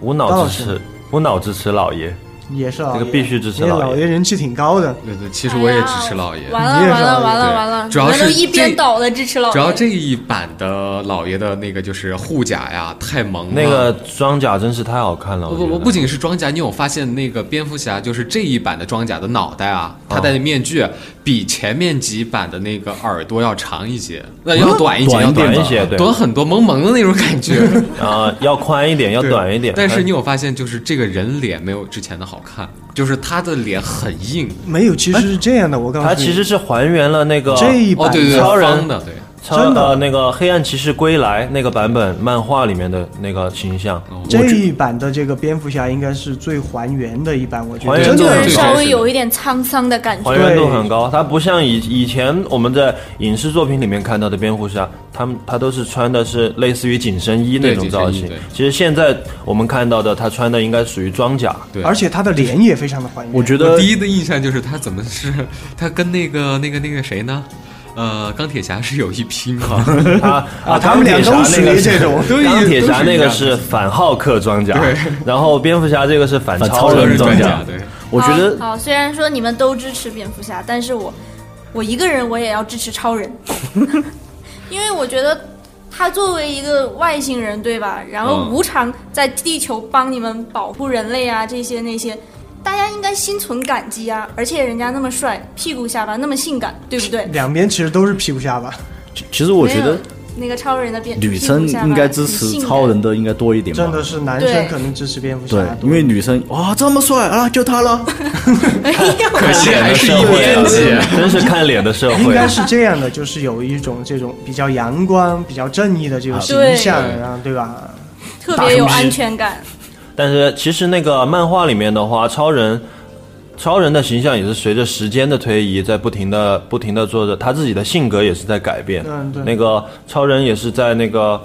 S5: 无脑
S4: 哦
S5: 支持，无脑支持老爷。
S1: 也是老爷，
S5: 这个必须支
S1: 因
S5: 持
S1: 为
S5: 老爷
S1: 老爷人气挺高的，
S2: 对对，其实我也支持老爷
S3: 哎呀。完了
S1: 你也是
S3: 完了完
S2: 老
S3: 了
S2: 爷
S3: 完了，
S2: 主要
S3: 你们都
S2: 是
S3: 一边
S2: 这
S3: 倒的支持老爷。
S2: 主要这一版的老爷的那个就是护甲呀，太萌了。
S5: 那个装甲真是太好看了，
S2: 不不
S5: 我觉
S2: 不，
S5: 得
S2: 不仅是装甲，你有发现那个蝙蝠侠就是这一版的装甲的脑袋啊，他戴的面具比前面几版的那个耳朵要长一些，那要短一些，
S4: 短
S2: 要
S4: 一点
S2: 短
S5: 吧对
S2: 短很多，萌萌的那种感觉，
S5: 啊，要 宽一点，要
S2: 对
S5: 短一点。
S2: 但是你有发现，就是这个人脸没有之前的好看，就是他的脸很硬。
S1: 没有，其实是这样的，我告诉
S5: 它
S1: 你，
S5: 其实是还原了那个
S1: 这一
S2: 哦，
S1: 版
S2: 对对，
S5: 超人
S2: 方的，对，
S5: 超
S1: 真的
S5: 呃那个黑暗骑士归来那个版本漫画里面的那个形象。
S2: 哦
S1: 这一版的这个蝙蝠侠应该是最还原的一版，我觉得
S5: 还原
S1: 真
S5: 度
S1: 的
S3: 就是
S5: 最
S3: 稍
S5: 好
S3: 微
S5: 是
S3: 有一点沧桑的感
S5: 还
S3: 觉。
S5: 原度很高，它不像以以前我们在影视作品里面看到的蝙蝠侠，他们他都是穿的是类似于紧身衣
S2: 对
S5: 那种造
S2: 紧
S5: 型
S2: 身衣对。
S5: 其实现在我们看到的，他穿的应该属于装甲，
S2: 对
S1: 而且他的脸也非常的还原。
S4: 我觉
S2: 我
S4: 得
S2: 第一的印象就是他怎么是 他跟那个那个那个谁呢？呃，钢铁侠是有一拼吗？
S5: 他
S1: 啊他们俩都属于这种
S2: 对
S5: 钢铁侠那个
S2: 都是一
S5: 是反浩克装甲，然后蝙蝠侠这个是反
S4: 反
S5: 超
S4: 超
S5: 人
S4: 人
S5: 装
S4: 装
S5: 甲
S4: 甲。
S2: 对，
S4: 我觉得
S3: 好好，虽然说你们都支持蝙蝠侠，但是我我一个人我也要支持超 人，因为我觉得他作为一个外星人，对吧？然后
S2: 嗯
S3: 无偿在地球帮你们保护人类啊，这些那些。大家应该心存感激啊！而且人家那么帅，屁股下巴那么性感，对不对？
S1: 两边其实都是屁股下巴，
S4: 其其实我觉
S3: 没
S4: 得
S3: 有那个超人的变
S4: 女生应该支持超人，的应该多一点吧。
S1: 真的是男
S3: 对
S1: 生可能支持蝙蝠侠
S4: 对
S1: 多，
S4: 因为女生哇这么帅啊，就他了。
S3: 屁股 下巴
S2: 可
S3: 很性感没有
S2: 惜还是一边
S5: 真
S2: 挤。
S5: 是啊真是看脸的社
S1: 应
S5: 会啊
S1: 该。是这样的，就是有一种这种比较阳光、比较正义的
S4: 啊
S1: 这种形象，然后对吧？
S3: 特别有安全感。
S5: 但是其实那个漫画里面的话，超人。超人的形象也是随着时间的推移，在不停的、不停的做着，他自己的性格也是在改变。
S1: 嗯对
S5: 那个超人也是在那个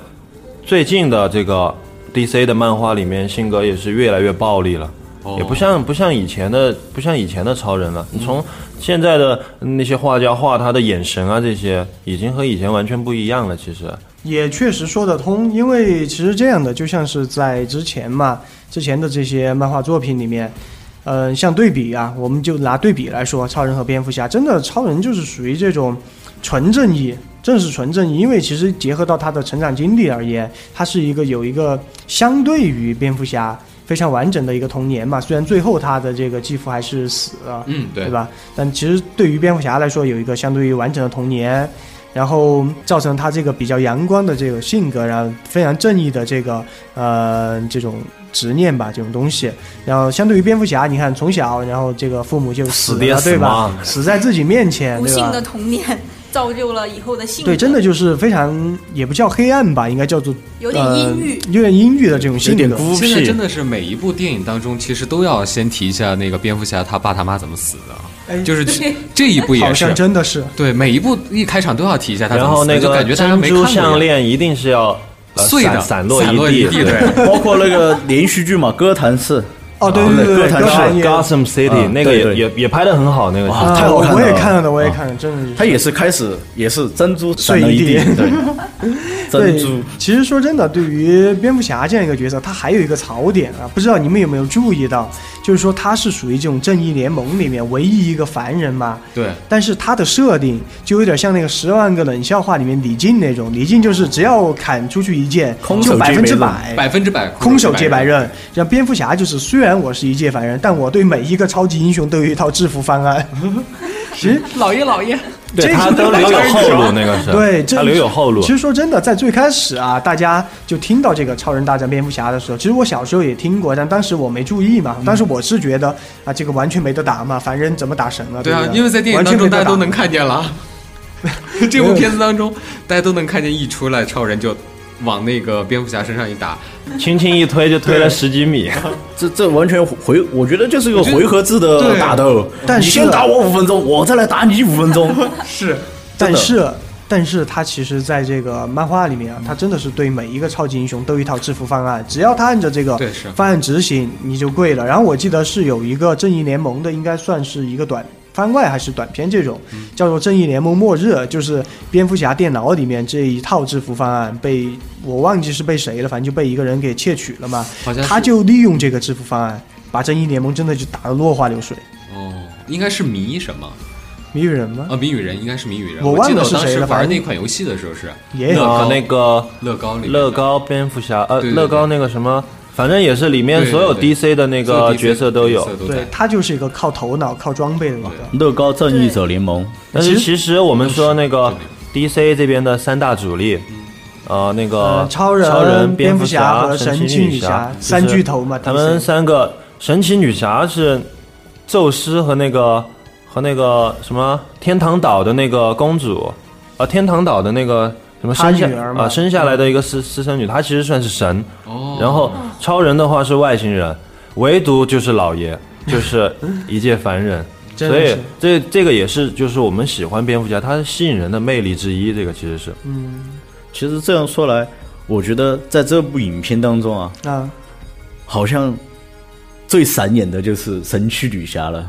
S5: 最近的这个 DC 的漫画里面，性格也是越来越暴力了，也不像不像以前的不像以前的超人了。你从现在的那些画家画他的眼神啊，这些已经和以前完全不一样了。其实，
S1: 也确实说得通，因为其实这样的就像是在之前嘛，之前的这些漫画作品里面，呃，像对比啊，我们就拿对比来说，超人和蝙蝠侠，真的超人就是属于这种纯正义，正是纯正义，因为其实结合到他的成长经历而言，他是一个有一个相对于蝙蝠侠非常完整的一个童年嘛，虽然最后他的这个继父还是死了，
S2: 嗯，对
S1: 对？吧？但其实对于蝙蝠侠来说，有一个相对于完整的童年，然后造成他这个比较阳光的这个性格，然后非常正义的这个呃这种执念吧，这种东西。然后相对于蝙蝠侠，你看从小，然后这个父母就死
S5: 爹
S1: 了，
S5: 死
S1: 对吧
S5: 妈？
S1: 死在自己面
S2: 哎
S1: 前，
S3: 不
S1: 对
S3: 幸
S1: 吧
S3: 的？童年造就了以后的性格，
S1: 对，真的就是非常也不叫黑暗吧，应该叫做
S3: 有点阴郁。
S1: 呃有点阴郁的这种性
S4: 有点
S1: 格。
S4: 孤
S2: 现在真
S4: 僻。
S2: 的是每一部电影当中，其实都要先提一下那个蝙蝠侠他爸他妈怎么死的，
S1: 哎，
S2: 就是
S3: 对
S2: 这一部
S1: 好
S2: 也
S1: 像
S2: 是，
S1: 真的是，
S2: 对每一部一开场都要提一下他怎
S5: 然
S2: 么
S5: 后
S2: 死的，
S5: 那
S2: 就
S5: 个
S2: 感觉大家
S5: 珍
S2: 没看
S5: 珠
S2: 过一样
S5: 项链一定是要呃
S2: 碎的
S5: 散散落
S2: 散落一地
S5: 地
S2: 对
S4: 包括那个连续剧嘛，《哥谭市》
S1: 哦，对对对
S4: 各
S1: 对，
S4: 谈
S1: 各
S4: 各
S1: 行
S4: 谈
S1: 业
S5: Gotham City、
S2: 嗯
S4: 啊
S5: 那个
S4: 对
S5: 也
S4: 对
S5: 也也拍的很好，那个、
S4: 哇
S1: 啊，
S4: 太好看了
S1: 我也看了，我也看了，真的是。
S4: 他也是开始也是珍珠散
S1: 碎
S4: 了
S1: 一
S4: 一
S1: 地
S4: 地，对，珍珠。
S1: 其实说真的，对于蝙蝠侠这样一个角色，他还有一个槽点啊，不知道你们有没有注意到，就是说他是属于这种正义联盟里面唯一一个凡人嘛。
S2: 对，
S1: 但是他的设定就有点像那个《十万个冷笑话》里面李靖那种，李靖就是只要砍出去一剑，
S4: 空手
S1: 就百分之
S4: 接白
S1: 百，
S4: 刃
S2: 百分之百
S1: 空手接白。刃。像蝙蝠侠就是，虽然我是一介凡人，但我对每一个超级英雄都有一套制服方案。其实
S2: 老爷老爷，
S5: 对
S1: 这
S5: 他
S1: 是
S5: 都留有后路，那个是，
S1: 对，这
S5: 他留有后路
S1: 其。实说真的，在最开始啊，大家就听到这个超人大战蝙蝠侠的时候，其实我小时候也听过，但当时我没注意嘛。当时
S5: 嗯
S1: 我是觉得啊，这个完全没得打嘛，凡人怎么打神啊？
S2: 对啊
S1: 不，
S2: 因为在电影
S1: 完全
S2: 当中
S1: 没
S2: 大
S1: 得
S2: 家
S1: 打
S2: 都能看见 了啊，这部片子当中大家都能看见，一出来超人就往那个蝙蝠侠身上一打，
S5: 轻轻一推就推了十几米，
S4: 这这完全回，我觉得就是个回合制
S2: 我觉
S4: 的
S2: 得
S4: 打斗。
S1: 但是
S4: 你先打我五分钟，我再来打你五分钟。
S2: 是
S1: 但是，但是他其实在这个漫画里面啊，他真的是对每一个超级英雄都有一套制服方案，只要他按照这个
S2: 对是
S1: 方案执行，你就跪了。然后我记得是有一个正义联盟的，应该算是一个短。番外还是短片这种，
S2: 嗯
S1: 叫做《正义联盟末日》，就是蝙蝠侠电脑里面这一套制服方案被我忘记是被谁了，反正就被一个人给窃取了嘛。
S2: 好像是
S1: 他就利用这个制服方案，把正义联盟真的就打得落花流水。
S2: 哦，应该是迷什么
S1: 谜语人吗？
S2: 啊？谜语人应该是谜语人，
S1: 我
S2: 我
S1: 忘
S2: 记
S1: 了
S2: 得
S1: 是
S2: 当
S1: 谁
S2: 时
S1: 了反
S2: 玩
S1: 正
S2: 那款游戏的时候是
S1: 也有
S2: 乐
S5: 啊
S2: 高，
S5: 那个
S2: 乐高里面的
S5: 乐高蝙蝠侠，呃，
S2: 对对对
S5: 乐高那个什么，反正也是里面
S2: 对对
S5: 所有
S2: 对
S5: DC 的那
S2: 所
S5: 个角色都有
S2: 角。色
S1: 对
S2: 在，
S1: 他就是一个靠头脑、靠装备的一个。
S4: 乐高正义者联盟，
S5: 但
S1: 其
S5: 是
S1: 实
S5: 其实我们说那个
S2: 对
S5: DC 这边的三大主力，呃，那个
S1: 呃超人
S5: 超人、
S1: 蝙蝠
S5: 蝠
S1: 侠和
S5: 神
S1: 神奇
S5: 奇
S1: 女侠
S5: 侠
S1: 三巨头嘛
S5: 就是他们
S1: DC
S5: 三个神奇女侠是宙斯和那个和那个什么天堂岛的那个公主，呃，天堂岛的那个什么
S1: 她
S5: 生下
S1: 女儿嘛嗯
S5: 啊生下来的一个私私生女，她其实算是神。
S2: 哦，
S5: 然后超人的话是外星人，唯独就是老爷，就是一介凡人。
S1: 真
S5: 所
S1: 的是
S5: 以这这个也是就是我们喜欢蝙蝠侠，他吸引人的魅力之一。这个其实是
S4: 其实这样说来，我觉得在这部影片当中啊，
S1: 啊，
S4: 好像最闪眼的就是神奇女侠了，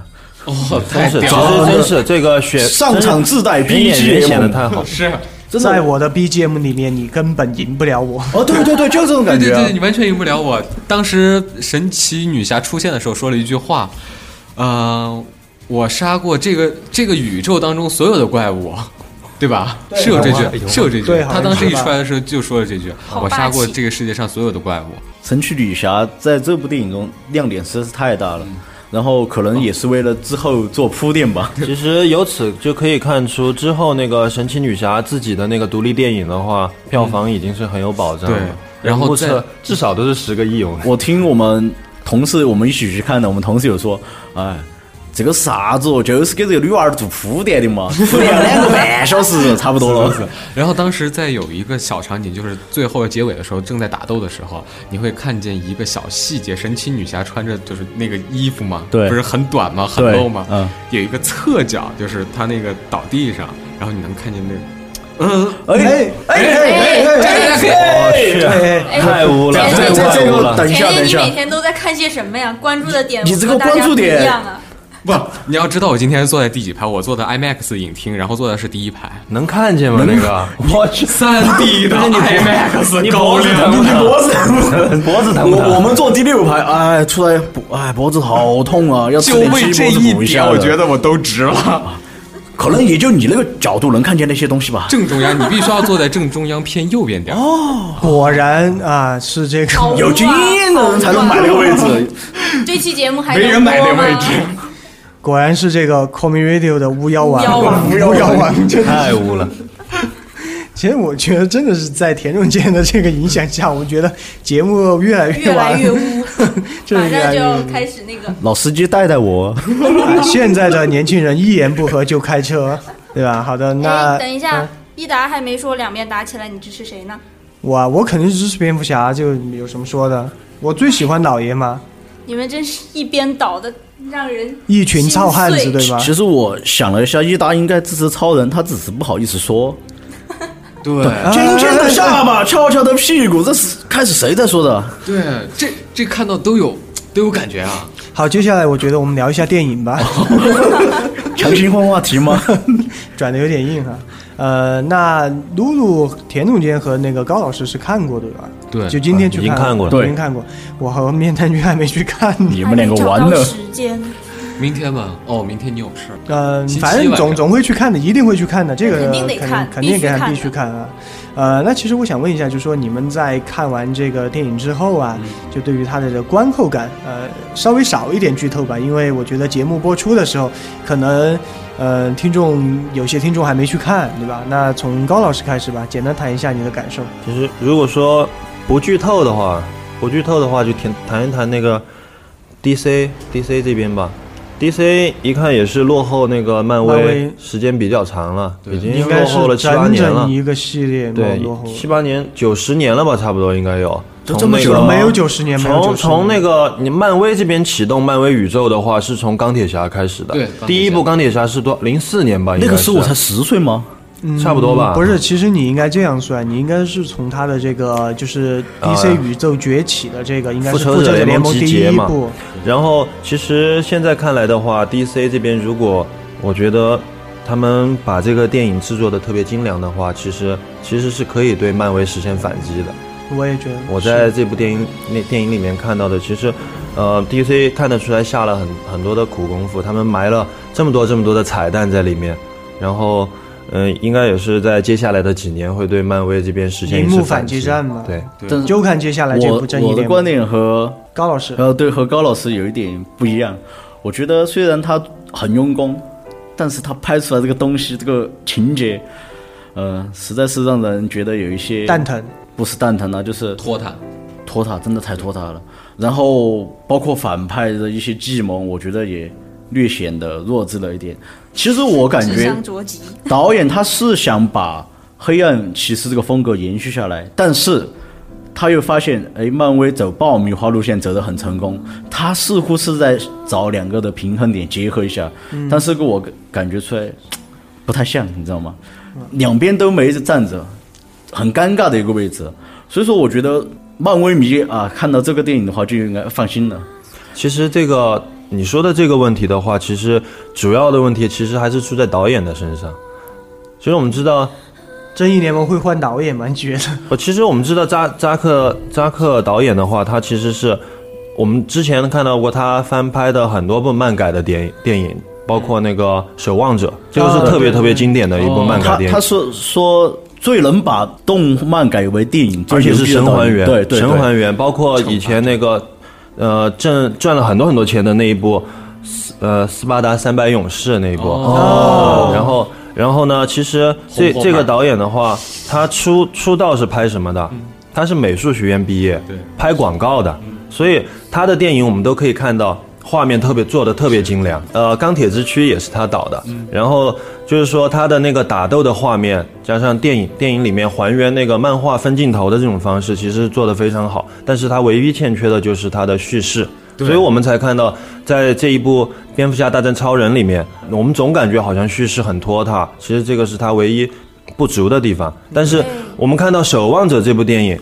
S2: 哦，
S5: 真
S2: 太
S5: 是，其
S2: 屌了，
S5: 实真是这个选
S4: 上场自带
S5: 真是演员
S4: BGM
S5: 显得太 好。
S2: 是
S4: 真
S1: 在
S4: 的。
S1: 我的 BGM 里面，你根本赢不了我。
S4: 哦，对对对，就是这种
S2: 对
S4: 感
S2: 对
S4: 觉啊
S2: 对，。你完全赢不了我。当时神奇女侠出现的时候说了一句话，呃，我杀过这个这个宇宙当中所有的怪物，对吧？是有这
S1: 有啊
S2: 句，是有这
S1: 对
S2: 句。
S1: 好
S2: 他
S1: 像
S2: 当时一
S1: 是吧
S2: 出来的时候就说了这句，
S3: 好
S2: 我杀
S3: 霸
S2: 过
S3: 气
S2: 这个世界上所有的怪物。
S4: 神奇女侠在这部电影中亮点实在是太大了，然后可能也是为了之后做铺垫吧。
S5: 其实由此就可以看出，之后那个神奇女侠自己的那个独立电影的话，票房已经是很有保障了。
S2: 对然后
S5: 目
S2: 再
S5: 测至少都是十个亿，我哦们
S4: 我听我们同事，我们一起去看的，我们同事有说，哎。这个啥子哦，就是给这个女娃儿做铺垫的嘛， 铺垫了两个半小时差不多了。
S2: 然后当时在有一个小场景，就是最后结尾的时候，正在打斗的时候，你会看见一个小细节，神奇女侠穿着就是那个衣服嘛，
S4: 对
S2: 不是很短吗？很
S4: 对
S2: low 吗？
S4: 嗯，
S2: 有一个侧角，就是她那个倒地上，然后你能看见那个，嗯，
S1: 哎哎哎哎
S2: 这个
S5: 哦，是
S1: 哎哎
S5: 太污了，
S3: 哎
S5: 太
S3: 这这
S5: 太
S4: 这
S5: 污
S4: 个
S5: 了。
S4: 等一
S3: 前
S4: 下，
S3: 天
S4: 等一
S3: 你
S4: 下
S3: 每，天都在看些什么呀？关注的点，
S4: 你
S3: 我
S4: 这
S3: 和
S4: 个
S3: 大家
S4: 关注
S3: 不一
S4: 点
S3: 样啊。
S2: 不，你要知道我今天坐在第几排？我坐的 IMAX 影厅，然后坐的是第一排，
S5: 能看见吗？那个，我去，
S2: 三 D 的 IMAX 高
S4: 疼
S2: 亮
S4: 不
S2: 的
S4: 疼？你脖子疼不疼？
S5: 脖子疼不疼
S4: 我我们坐第六排，哎，出来，哎，脖子好痛啊，要吃
S2: 就
S4: 点
S2: 为
S4: 鸡
S2: 这
S4: 脖子
S2: 一
S4: 补一
S2: 点，
S4: 下的。
S2: 我觉得我都值了。
S4: 可能也就你那个角度能看见那些东西吧。
S2: 正中央，你必须要坐在正中央偏右边点
S4: 哦
S2: 儿。
S1: 果然啊，是这个。
S3: 好
S4: 有经验的人才能买那个位置。
S3: 这期节目还
S2: 没人买那
S3: 能播
S2: 位
S3: 吗
S2: 置。
S1: 果然是这个 c o m i Radio 的巫妖王，
S3: 巫妖王
S1: 巫妖王，真的。
S5: 太污了。
S1: 其实我觉得真的是在田中健的这个影响下，我觉得节目越来
S3: 越
S1: 完，
S3: 来越 污，
S1: 真
S3: 马
S1: 的越
S3: 上
S1: 来
S3: 就
S1: 越
S3: 要
S1: 污。
S3: 开始那个。
S4: 老司机带带我，
S1: 啊现在的年轻人一言不合就开车，对吧？好的，那
S3: 哎，等一下，
S4: 嗯
S3: 一达还没说两边打起来，你支持谁呢？
S1: 我我肯定是支持蝙蝠侠，就有什么说的？我最喜欢老爷嘛，
S3: 你们真是一边倒的，让人
S1: 一群糙汉子，
S3: 心碎
S1: 对吧？
S4: 其实我想了一下，伊达应该支持超人，他只是不好意思 说。
S2: 对
S4: 尖尖的下巴，翘翘的屁股，这是开始谁在说的？
S2: 对，这这看到都有都有感觉啊。
S1: 好，接下来我觉得我们 聊一下电影吧，
S4: 强行换话题吗？
S1: 转的有点硬哈。呃，那露露、田总监和那个高老师是看过对吧？
S2: 对
S1: 就今天去
S5: 已经看过了
S1: 已经看过。我和面瘫君还没去看呢。
S4: 你
S3: 你
S4: 们两个玩的，
S3: 时间
S2: 明天吧，哦，明天你有事儿。
S1: 嗯、
S2: 星期
S1: 反正
S2: 晚
S1: 总
S2: 上
S1: 总会去看的，一定会去看的。这个
S3: 肯定得看
S1: 肯定
S3: 必须
S1: 肯定
S3: 看
S1: 必
S3: 的
S1: 须看啊。呃，那其实我想问一下，就是说你们在看完这个电影之后啊，
S5: 嗯
S1: 就对于它的这个观后感，呃，稍微少一点剧透吧，因为我觉得节目播出的时候，可能呃听众有些听众还没去看，对吧？那从高老师开始吧，简单谈一下你的感受。
S5: 其实如果说不剧透的话，不剧透的话就谈谈一谈那个 DC DC 这边吧。DC 一看也是落后那个漫
S1: 漫威
S5: 威时间比较长了，
S2: 对
S5: 已
S1: 应
S5: 经
S1: 该
S5: 落
S1: 是
S5: 后了七八
S1: 整
S5: 年了
S1: 整，一个系列落
S5: 对
S1: 落后，了，
S5: 七八年九十年了吧，差不多应该有。
S4: 这
S5: 从
S4: 这么
S5: 那
S4: 久
S5: 个
S4: 了
S1: 没有90年没有90
S5: 从
S1: 年
S5: 从那个你漫威这边启动漫威宇宙的话，是从钢铁侠开始的。
S2: 对钢铁侠
S5: 第一部钢铁侠是多零四年吧？应该
S4: 那个时
S5: 是
S4: 候我才十岁吗？
S5: 差不多
S1: 嗯
S5: 吧。
S1: 不是，其实你应该这样算，你应该是从他的这个就是 DC 宇宙崛起的这个，应该是
S5: 呃复仇
S1: 复
S5: 者
S1: 者
S5: 联
S1: 联
S5: 盟集
S1: 第
S5: 结
S1: 一
S5: 嘛
S1: 部，
S5: 然后其实现在看来的话，DC 这边如果我觉得他们把这个电影制作的特别精良的话，其实其实是可以对漫威实现反击的。
S1: 我也觉得
S5: 我
S1: 是
S5: 在这部电影那电影里面看到的，其实，呃，DC 看得出来下了很很多的苦功夫，他们埋了这么多这么多的彩蛋在里面，然后，嗯、应该也是在接下来的几年会对漫威这边实现一
S1: 荧幕
S5: 次
S1: 反击战嘛
S5: 对，
S4: 但
S1: 就看接下来这部
S4: 我
S1: 正义
S4: 我的
S1: 联
S4: 观
S1: 盟。
S4: 点和
S1: 高老师，
S4: 呃对和高老师有一点不一样。我觉得虽然他很用功，但是他拍出来这个东西这个情节，呃，实在是让人觉得有一些
S1: 蛋疼，
S4: 不是蛋疼啊，就是
S2: 拖沓，
S4: 拖沓，真的太拖沓了。然后包括反派的一些计谋，我觉得也略显的弱智了一点。其实我感
S3: 智
S4: 觉
S3: 商着急，
S4: 导演他是想把黑暗骑士这个风格延续下来，但是他又发现，哎，漫威走爆米花路线走得很成功，他似乎是在找两个的平衡点结合一下，
S5: 嗯
S4: 但是给我感觉出来不太像，你知道吗？两边都没着站着，很尴尬的一个位置，所以说我觉得漫威迷啊，看到这个电影的话就应该放心了。
S5: 其实这个你说的这个问题的话，其实主要的问题其实还是出在导演的身上。其实我们知道，
S1: 正义联盟会换导演吗？你觉得？
S5: 呃，其实我们知道扎扎克扎克导演的话，他其实是我们之前看到过他翻拍的很多部漫改的电影电影，包括那个《守望者》，这个是
S1: 啊
S5: 特别
S1: 对
S5: 特别经典的一部漫改
S4: 他
S5: 电
S4: 他
S5: 影，
S4: 是说最能把动漫改为电影，
S5: 而且
S4: 最牛
S5: 啊是
S4: 逼的
S5: 神
S4: 导
S5: 还
S4: 演
S5: 原，
S4: 对对
S5: 神
S4: 对
S5: 还原，包括以前那个呃挣赚了很多很多钱的那一部，斯呃斯巴达三百勇士那一部，啊
S1: 哦
S5: 然后。然后呢？其实这
S2: 红红
S5: 这个
S2: 牌
S5: 导演的话，他出出道是拍什么的？他是美术学院毕业，
S2: 对
S5: 拍广告的，所以他的电影我们都可以看到画面特别做的特别精良。呃，钢铁之躯也是他导的，然后就是说他的那个打斗的画面，加上电影电影里面还原那个漫画分镜头的这种方式，其实做的非常好。但是他唯一欠缺的就是他的叙事。所以我们才看到，在这一部《蝙蝠侠大战超人》里面，我们总感觉好像叙事很拖沓，其实这个是他唯一不足的地方。但是我们看到《守望者》这部电影，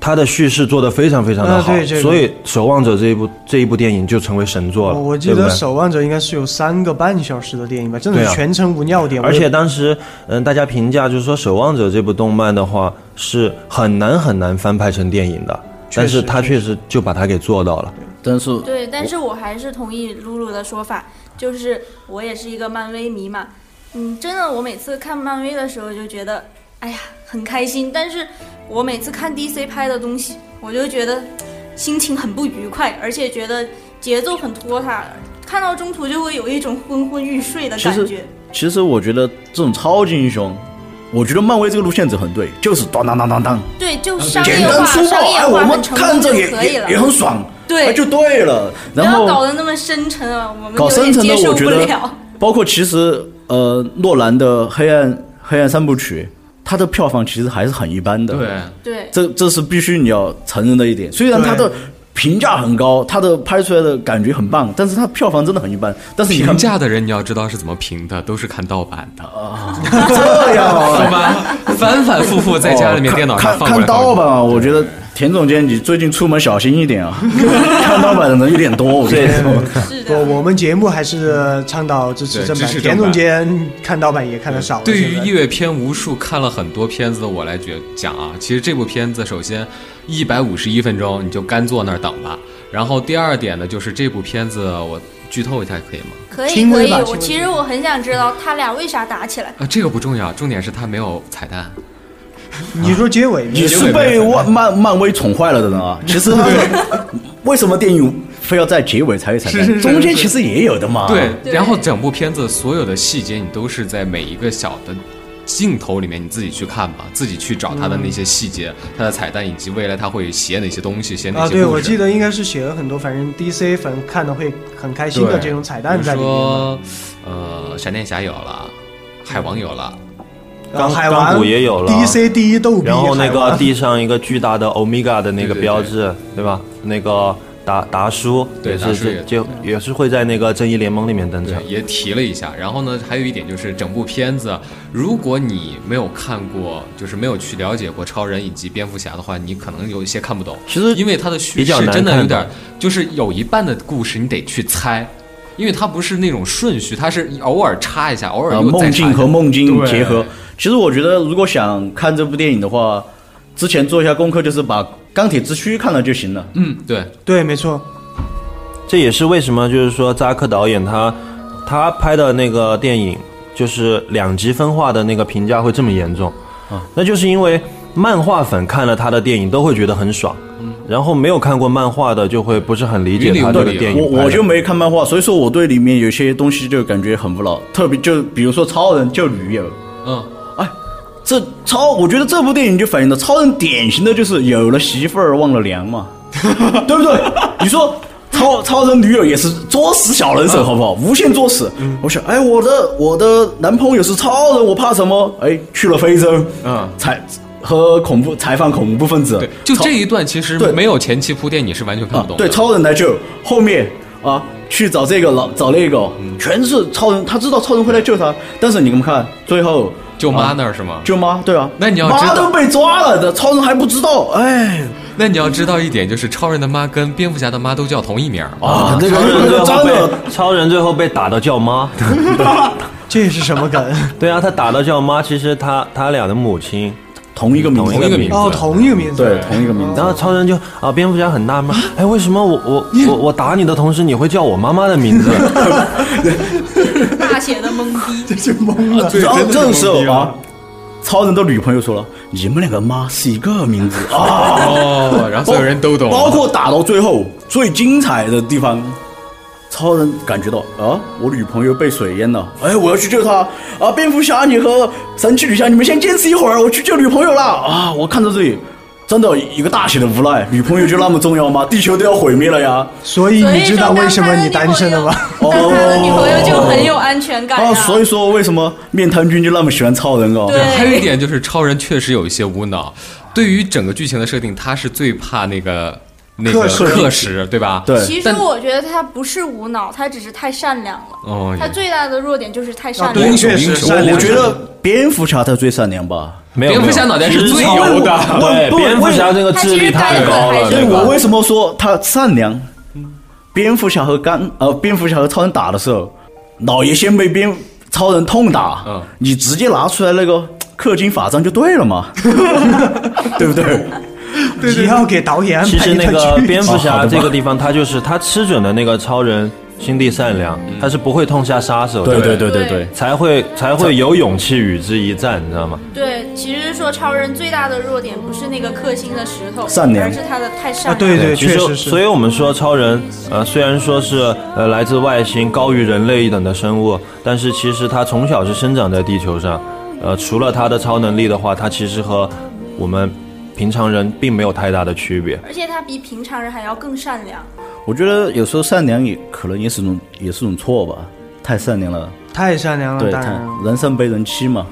S5: 它的叙事做得非常非常的
S1: 啊
S5: 好，
S1: 对这个
S5: 所以《守望者》这一部这一部电影就成为神作
S1: 我
S5: 了，
S1: 我记
S5: 哦对不
S1: 得《
S5: 对
S1: 守望者》应该是有三个半小时的电影吧，真的
S5: 对
S1: 是
S5: 啊
S1: 全程无尿点。
S5: 而
S1: 我
S5: 且
S1: 也
S5: 当时，嗯，大家评价就是说，《守望者》这部动漫的话是很难很难翻拍成电影的，
S1: 确
S5: 但
S1: 实
S5: 是他确实就把它给做到了。
S4: 但是
S3: 对，但是我还是同意露露的说法，就是我也是一个漫威迷嘛。嗯，真的，我每次看漫威的时候就觉得，哎呀，很开心。但是我每次看 DC 拍的东西，我就觉得心情很不愉快，而且觉得节奏很拖沓，看到中途就会有一种昏昏欲睡的
S4: 其实
S3: 感觉。
S4: 其实我觉得这种超级英雄，我觉得漫威这个路线走很对，就是当当当当当，
S3: 对，就商
S4: 简
S3: 业
S4: 单
S3: 化、
S4: 粗暴
S3: 商，业
S4: 哎，
S3: 化
S4: 我
S3: 很
S4: 们
S3: 成
S4: 看
S3: 功就
S4: 着也
S3: 可以了
S4: 也也。很爽，
S3: 对
S4: 哎就对了。
S3: 不
S4: 然
S3: 要
S4: 后
S3: 搞得那么深沉啊，我们
S4: 搞
S3: 有
S4: 深
S3: 点
S4: 层
S3: 接
S4: 的，
S3: 受
S4: 我
S3: 不
S4: 觉得
S3: 了。
S4: 包括其实呃，诺兰的《黑暗黑暗三部曲》，它的票房其实还是很一般的。
S2: 对，
S3: 对，
S4: 这这是必须你要承认的一点。虽然它的
S1: 对
S4: 评价很高，它的拍出来的感觉很棒，但是它票房真的很一般。但是你看
S2: 评价的人你要知道是怎么评的，都是看盗版的，
S4: 这样啊，
S2: 好吧？反反复复在家里面电脑上
S4: 看
S2: 放过
S4: 哦看
S2: 来，
S4: 盗
S2: 放过
S4: 版
S2: 来
S4: 啊，我觉得田总监，你最近出门小心一点啊， 看盗版的人有点多，我跟你说。
S3: 是的，
S1: 我我们节目还是倡导支持
S2: 对
S1: 正
S2: 支
S1: 版，
S2: 持
S1: 田总
S2: 正版
S1: 监看盗版也看得少了。
S2: 对
S1: 现
S2: 于
S1: 在
S2: 阅片无数、看了很多片子的我来觉讲啊，其实这部片子首先一百五十一分钟，你就干坐那儿等吧。然后第二点呢，就是这部片子我剧透一下可以吗？
S3: 可以
S1: 轻
S3: 可
S1: 微
S3: 以
S1: 吧。轻
S3: 我
S1: 微
S3: 其实我很想知道他俩为啥打起来。
S2: 啊，这个不重要，重点是它没有彩蛋。
S1: 你说结尾
S4: 你是被漫漫漫威宠坏了的人啊！其实他是为什么电影非要在结尾才有彩
S2: 是是是
S4: 蛋？中间其实也有的
S1: 啊
S4: 嘛。啊
S2: 对，
S3: 对
S2: 然后整部片子所有的细节，你都是在每一个小的镜头里面，你自己去看吧，自己去找它的那些细节、它的彩蛋，以及未来它会写哪些东西，写哪
S1: 嗯啊，
S2: 些故事。
S1: 对，我记得应该是写了很多，反正 DC 粉看的会很开心的
S2: 对
S1: 这种彩蛋在里
S2: 比如
S1: 面的。
S2: 说，呃，闪电侠有了，海王有了，
S1: 然后
S5: 钢
S1: 海王
S5: 钢骨也有了
S1: DC 第一逗逼，
S5: 然后那
S1: 海
S5: 个
S1: 王
S5: 地上一个巨大的欧米伽的那个
S2: 对对对
S5: 标志，对吧？那个达达叔
S2: 对
S5: 也
S2: 达
S5: 是
S2: 叔也
S5: 这就也是会在那个正义联盟里面登
S2: 对
S5: 场，。
S2: 也提了一下。然后呢，还有一点就是整部片子，如果你没有看过，就是没有去了解过超人以及蝙蝠侠的话，你可能有一些看不懂。
S5: 其实
S2: 因为它的叙
S5: 比较
S2: 事
S5: 难
S2: 真的有
S5: 看
S2: 点，就是有一半的故事你得去猜。因为它不是那种顺序，它是偶尔插一下，偶尔
S4: 啊，
S2: 又再
S4: 梦
S2: 插一
S4: 境
S2: 下
S4: 和梦境结合
S2: 对。
S4: 其实我觉得，如果想看这部电影的话，之前做一下功课，就是把《钢铁之躯》看了就行了。
S2: 嗯，对，
S1: 对，没错，
S5: 这也是为什么就是说扎克导演他他拍的那个电影就是两极分化的那个评价会这么严重啊，那就是因为漫画粉看了他的电影都会觉得很爽，然后没有看过漫画的就会不是很理解
S2: 云里
S5: 他这
S2: 雾
S5: 个
S2: 里
S5: 电
S2: 啊了
S5: 影
S4: 我
S5: 拍
S4: 我
S5: 的
S4: 就没看漫画，所以说我对里面有些东西就感觉很不牢，特别就比如说超人就驴友，
S2: 嗯，
S4: 这超，我觉得这部电影就反映了超人典型的就是有了媳妇儿忘了娘嘛， 对不对？你说超超人女友也是作死小能
S2: 嗯
S4: 手，好不好？无限作死。我想，哎，我的我的男朋友是超人，我怕什么？哎，去了非洲，
S2: 嗯
S4: 采和恐怖采访恐怖分子
S2: 对，，就
S4: 超
S2: 这一段其实
S4: 对
S2: 没有前期铺垫，你是完全看
S4: 啊
S2: 不懂，的。
S4: 对，超人来救，后面啊去找这个老找那个，
S2: 嗯
S4: 全是超人，他知道超人会来救他，但是你们看最后
S2: 舅妈
S4: 啊
S2: 那儿是吗？
S4: 舅妈，对啊，
S2: 那你要知
S4: 妈
S2: 道
S4: 都被抓了的，超人还不知道， 哎，
S2: 那你要知道一点，就是超人的妈跟蝙蝠侠的妈都叫同一名儿。
S5: 哦
S4: 啊，那个
S5: 超人
S4: 那
S5: 最
S4: 个
S5: 后
S4: 真的，
S5: 被超人最后被打到 叫妈，
S1: 这是什么梗？
S5: 对啊，他打到叫妈，其实他他俩的母
S4: 嗯
S5: 亲，
S4: 同一个名字，
S5: 同一个名字
S1: 哦，同一个名字，
S4: 对，同一个名 字
S5: 然，后超人就啊，蝙蝠侠很纳闷，哎，为什么我我我我打你的同时，你会叫我妈妈的名字？
S3: 大写的懵逼。
S1: 这懵了。
S4: 然后这个时候啊，超人的女朋友说了，你们两个妈是一个名字啊。
S2: 哦， 然后所有人都懂，
S4: 包括打到最后最精彩的地方，超人感觉到啊，我女朋友被水淹了，哎，我要去救她啊！蝙蝠侠，你和神奇女侠，你们先坚持一会儿，我去救女朋友啦！啊！我看到这里，真的一个大写的无奈，女朋友就那么重要吗？地球都要毁灭了呀！
S1: 所以你知道为什么你单身 了吗？
S3: 所以说当他的女朋友当他的女朋友就很有安全感
S4: 啊，所以说为什么面瘫君就那么喜欢超人哦？
S3: 对
S2: 还有一点就是超人确实有一些无脑，对于整个剧情的设定，他是最怕那个那个
S1: 克时
S2: 克时，对吧？
S4: 对
S3: 其实
S2: 但
S3: 我觉得他不是无脑，他只是太善良了。
S2: 哦，
S3: 他最大的弱点就是太善
S2: 对
S3: 良
S2: 英
S1: 确
S2: 雄
S3: 了。
S2: 英
S1: 实
S2: 雄
S1: 善良
S4: 我觉得蝙蝠侠他最善良吧。
S5: 没有，
S2: 蝙蝠侠
S5: 没有
S2: 脑袋是最
S5: 其实
S2: 油的，
S5: 对，
S4: 不不
S5: 蝙蝠侠这个智力太高了，
S3: 他其
S4: 所
S3: 实
S4: 以
S5: 啊对吧
S4: 我为什么说他善良？蝙蝠侠和钢呃，蝙蝠侠和超人打的时候，老爷先被蝙超人痛打，
S2: 嗯
S4: 你直接拿出来那个氪金法杖就对了嘛，对不 对？
S1: 你要给导演安
S5: 其
S1: 排
S5: 实
S1: 一
S5: 那个
S1: 剧
S5: 蝙
S4: 哦
S5: 蝠
S4: 好
S5: 侠
S4: 的吧
S5: 这个地方，他就是他吃准了那个超人心地善良，他是不会痛下杀手的，
S4: 对对
S3: 对
S4: 对，
S5: 才会才会有勇气与之一战，你知道吗？
S3: 对，其实说超人最大的弱点不是那个克星的石头，
S4: 善良
S3: 而是他的太善良。
S1: 啊，对对，
S5: 其
S1: 确实是。
S5: 所以我们说超人，呃，虽然说是呃来自外星高于人类一等的生物，但是其实他从小是生长在地球上，呃，除了他的超能力的话，他其实和我们平常人并没有太大的区别。
S3: 而且他比平常人还要更善良。
S4: 我觉得有时候善良也可能也是种也是种错吧，太善良了，
S1: 太善良了，
S4: 对，
S1: 当
S4: 太
S1: 然了
S4: 人善被人欺嘛，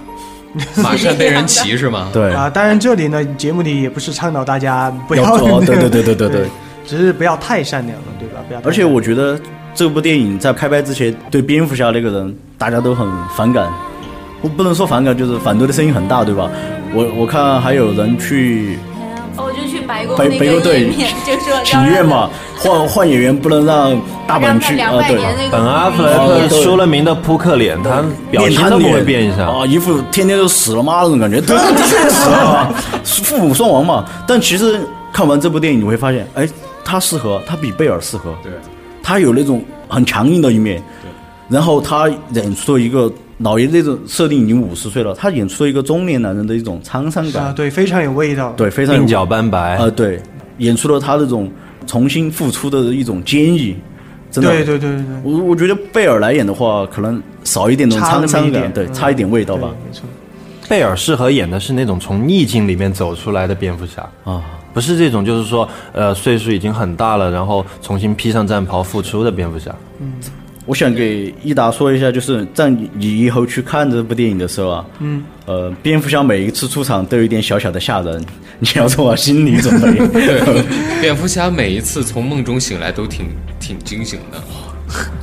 S2: 马善被人骑是吗？
S4: 对，
S1: 啊，当然这里呢，节目里也不是倡导大家不
S4: 要做对对对对对
S1: 对
S4: 对，
S1: 只是不要太善良了，对吧？不要太善良。
S4: 而且我觉得这部电影在开拍之前，对蝙蝠侠那个人大家都很反感，不不能说反感，就是反对的声音很大，对吧？我我看还有人去
S3: 哦我就去白宫
S4: 白
S3: 那
S4: 白宫
S3: 个
S4: 对
S3: 页面，就说
S4: 请愿嘛，换换演员不能让大
S3: 让
S4: 阪
S3: 他
S4: 去
S3: 两
S4: 啊，
S3: 百
S4: 对，
S3: 年那个
S5: 本阿弗
S4: 哦
S5: 莱
S4: 对
S5: 克输了名的扑克脸，他表情都不会变一下。
S4: 啊，一副天天都死了妈那种 感觉，对，死了，父母双亡嘛。但其实看完这部电影，你会发现，哎，他适合，他比贝尔适合，
S2: 对，
S4: 他有那种很强硬的一面，然后他演出了一个老爷这种设定已经五十岁了，他演出了一个中年男人的一种沧桑
S1: 啊，
S4: 感，
S1: 对，非常有味道。
S4: 对，非常有
S5: 鬓角斑白，
S4: 啊，对，演出了他那种重新复出的一种坚毅，真的，
S1: 对对对对对
S4: 我我觉得贝尔来演的话，可能少一点那种
S1: 差那
S4: 沧
S1: 么
S4: 桑
S1: 一点
S4: 感，对，
S1: 嗯
S4: 差一点味道
S1: 对
S4: 吧。
S1: 没错。
S5: 贝尔适合演的是那种从逆境里面走出来的蝙蝠侠，
S4: 啊，
S5: 不是这种就是说呃岁数已经很大了，然后重新披上战袍复出的蝙蝠侠。
S4: 我想给益达说一下，就是在你以后去看这部电影的时候啊，嗯，呃，蝙蝠侠每一次出场都有一点小小的吓人，你要做好心理准备。
S2: 对，蝙蝠侠每一次从梦中醒来都挺挺惊醒的，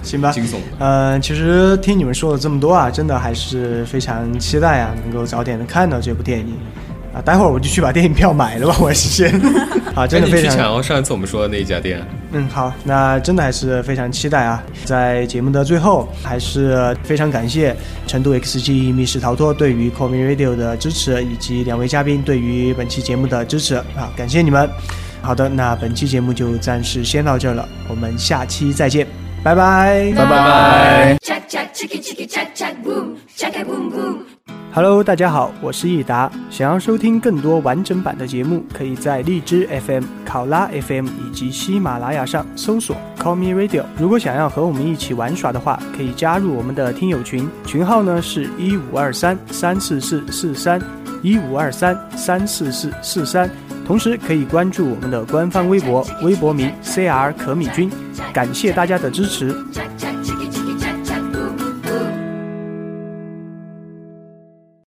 S1: 行吧，
S2: 惊悚的
S1: 呃，其实听你们说了这么多啊，真的还是非常期待啊，能够早点能看到这部电影啊。待会儿我就去把电影票买了吧，我 先。啊，真的
S2: 赶
S1: 非
S2: 紧去
S1: 常
S2: 抢哦！上一次我们说的那一家店，
S1: 嗯，好，那真的还是非常期待啊！在节目的最后，还是非常感谢成都 XG 密室逃脱对于 c o m i Radio 的支持，以及两位嘉宾对于本期节目的支持啊，感谢你们！好的，那本期节目就暂时先到这儿了，我们下期再见，拜拜，拜拜。
S6: Cha cha chicka chicka cha cha boom, chaka boom boom.
S1: Hello，大家好，我是益达。想要收听更多完整版的节目，可以在荔枝 FM、考拉 FM 以及喜马拉雅上搜索 Call Me Radio。如果想要和我们一起玩耍的话，可以加入我们的听友群，群号呢是一五二三三四四四三一五二三三四四四三。同时可以关注我们的官方微博，微博名 CR 可米君。感谢大家的支持。
S6: Chaka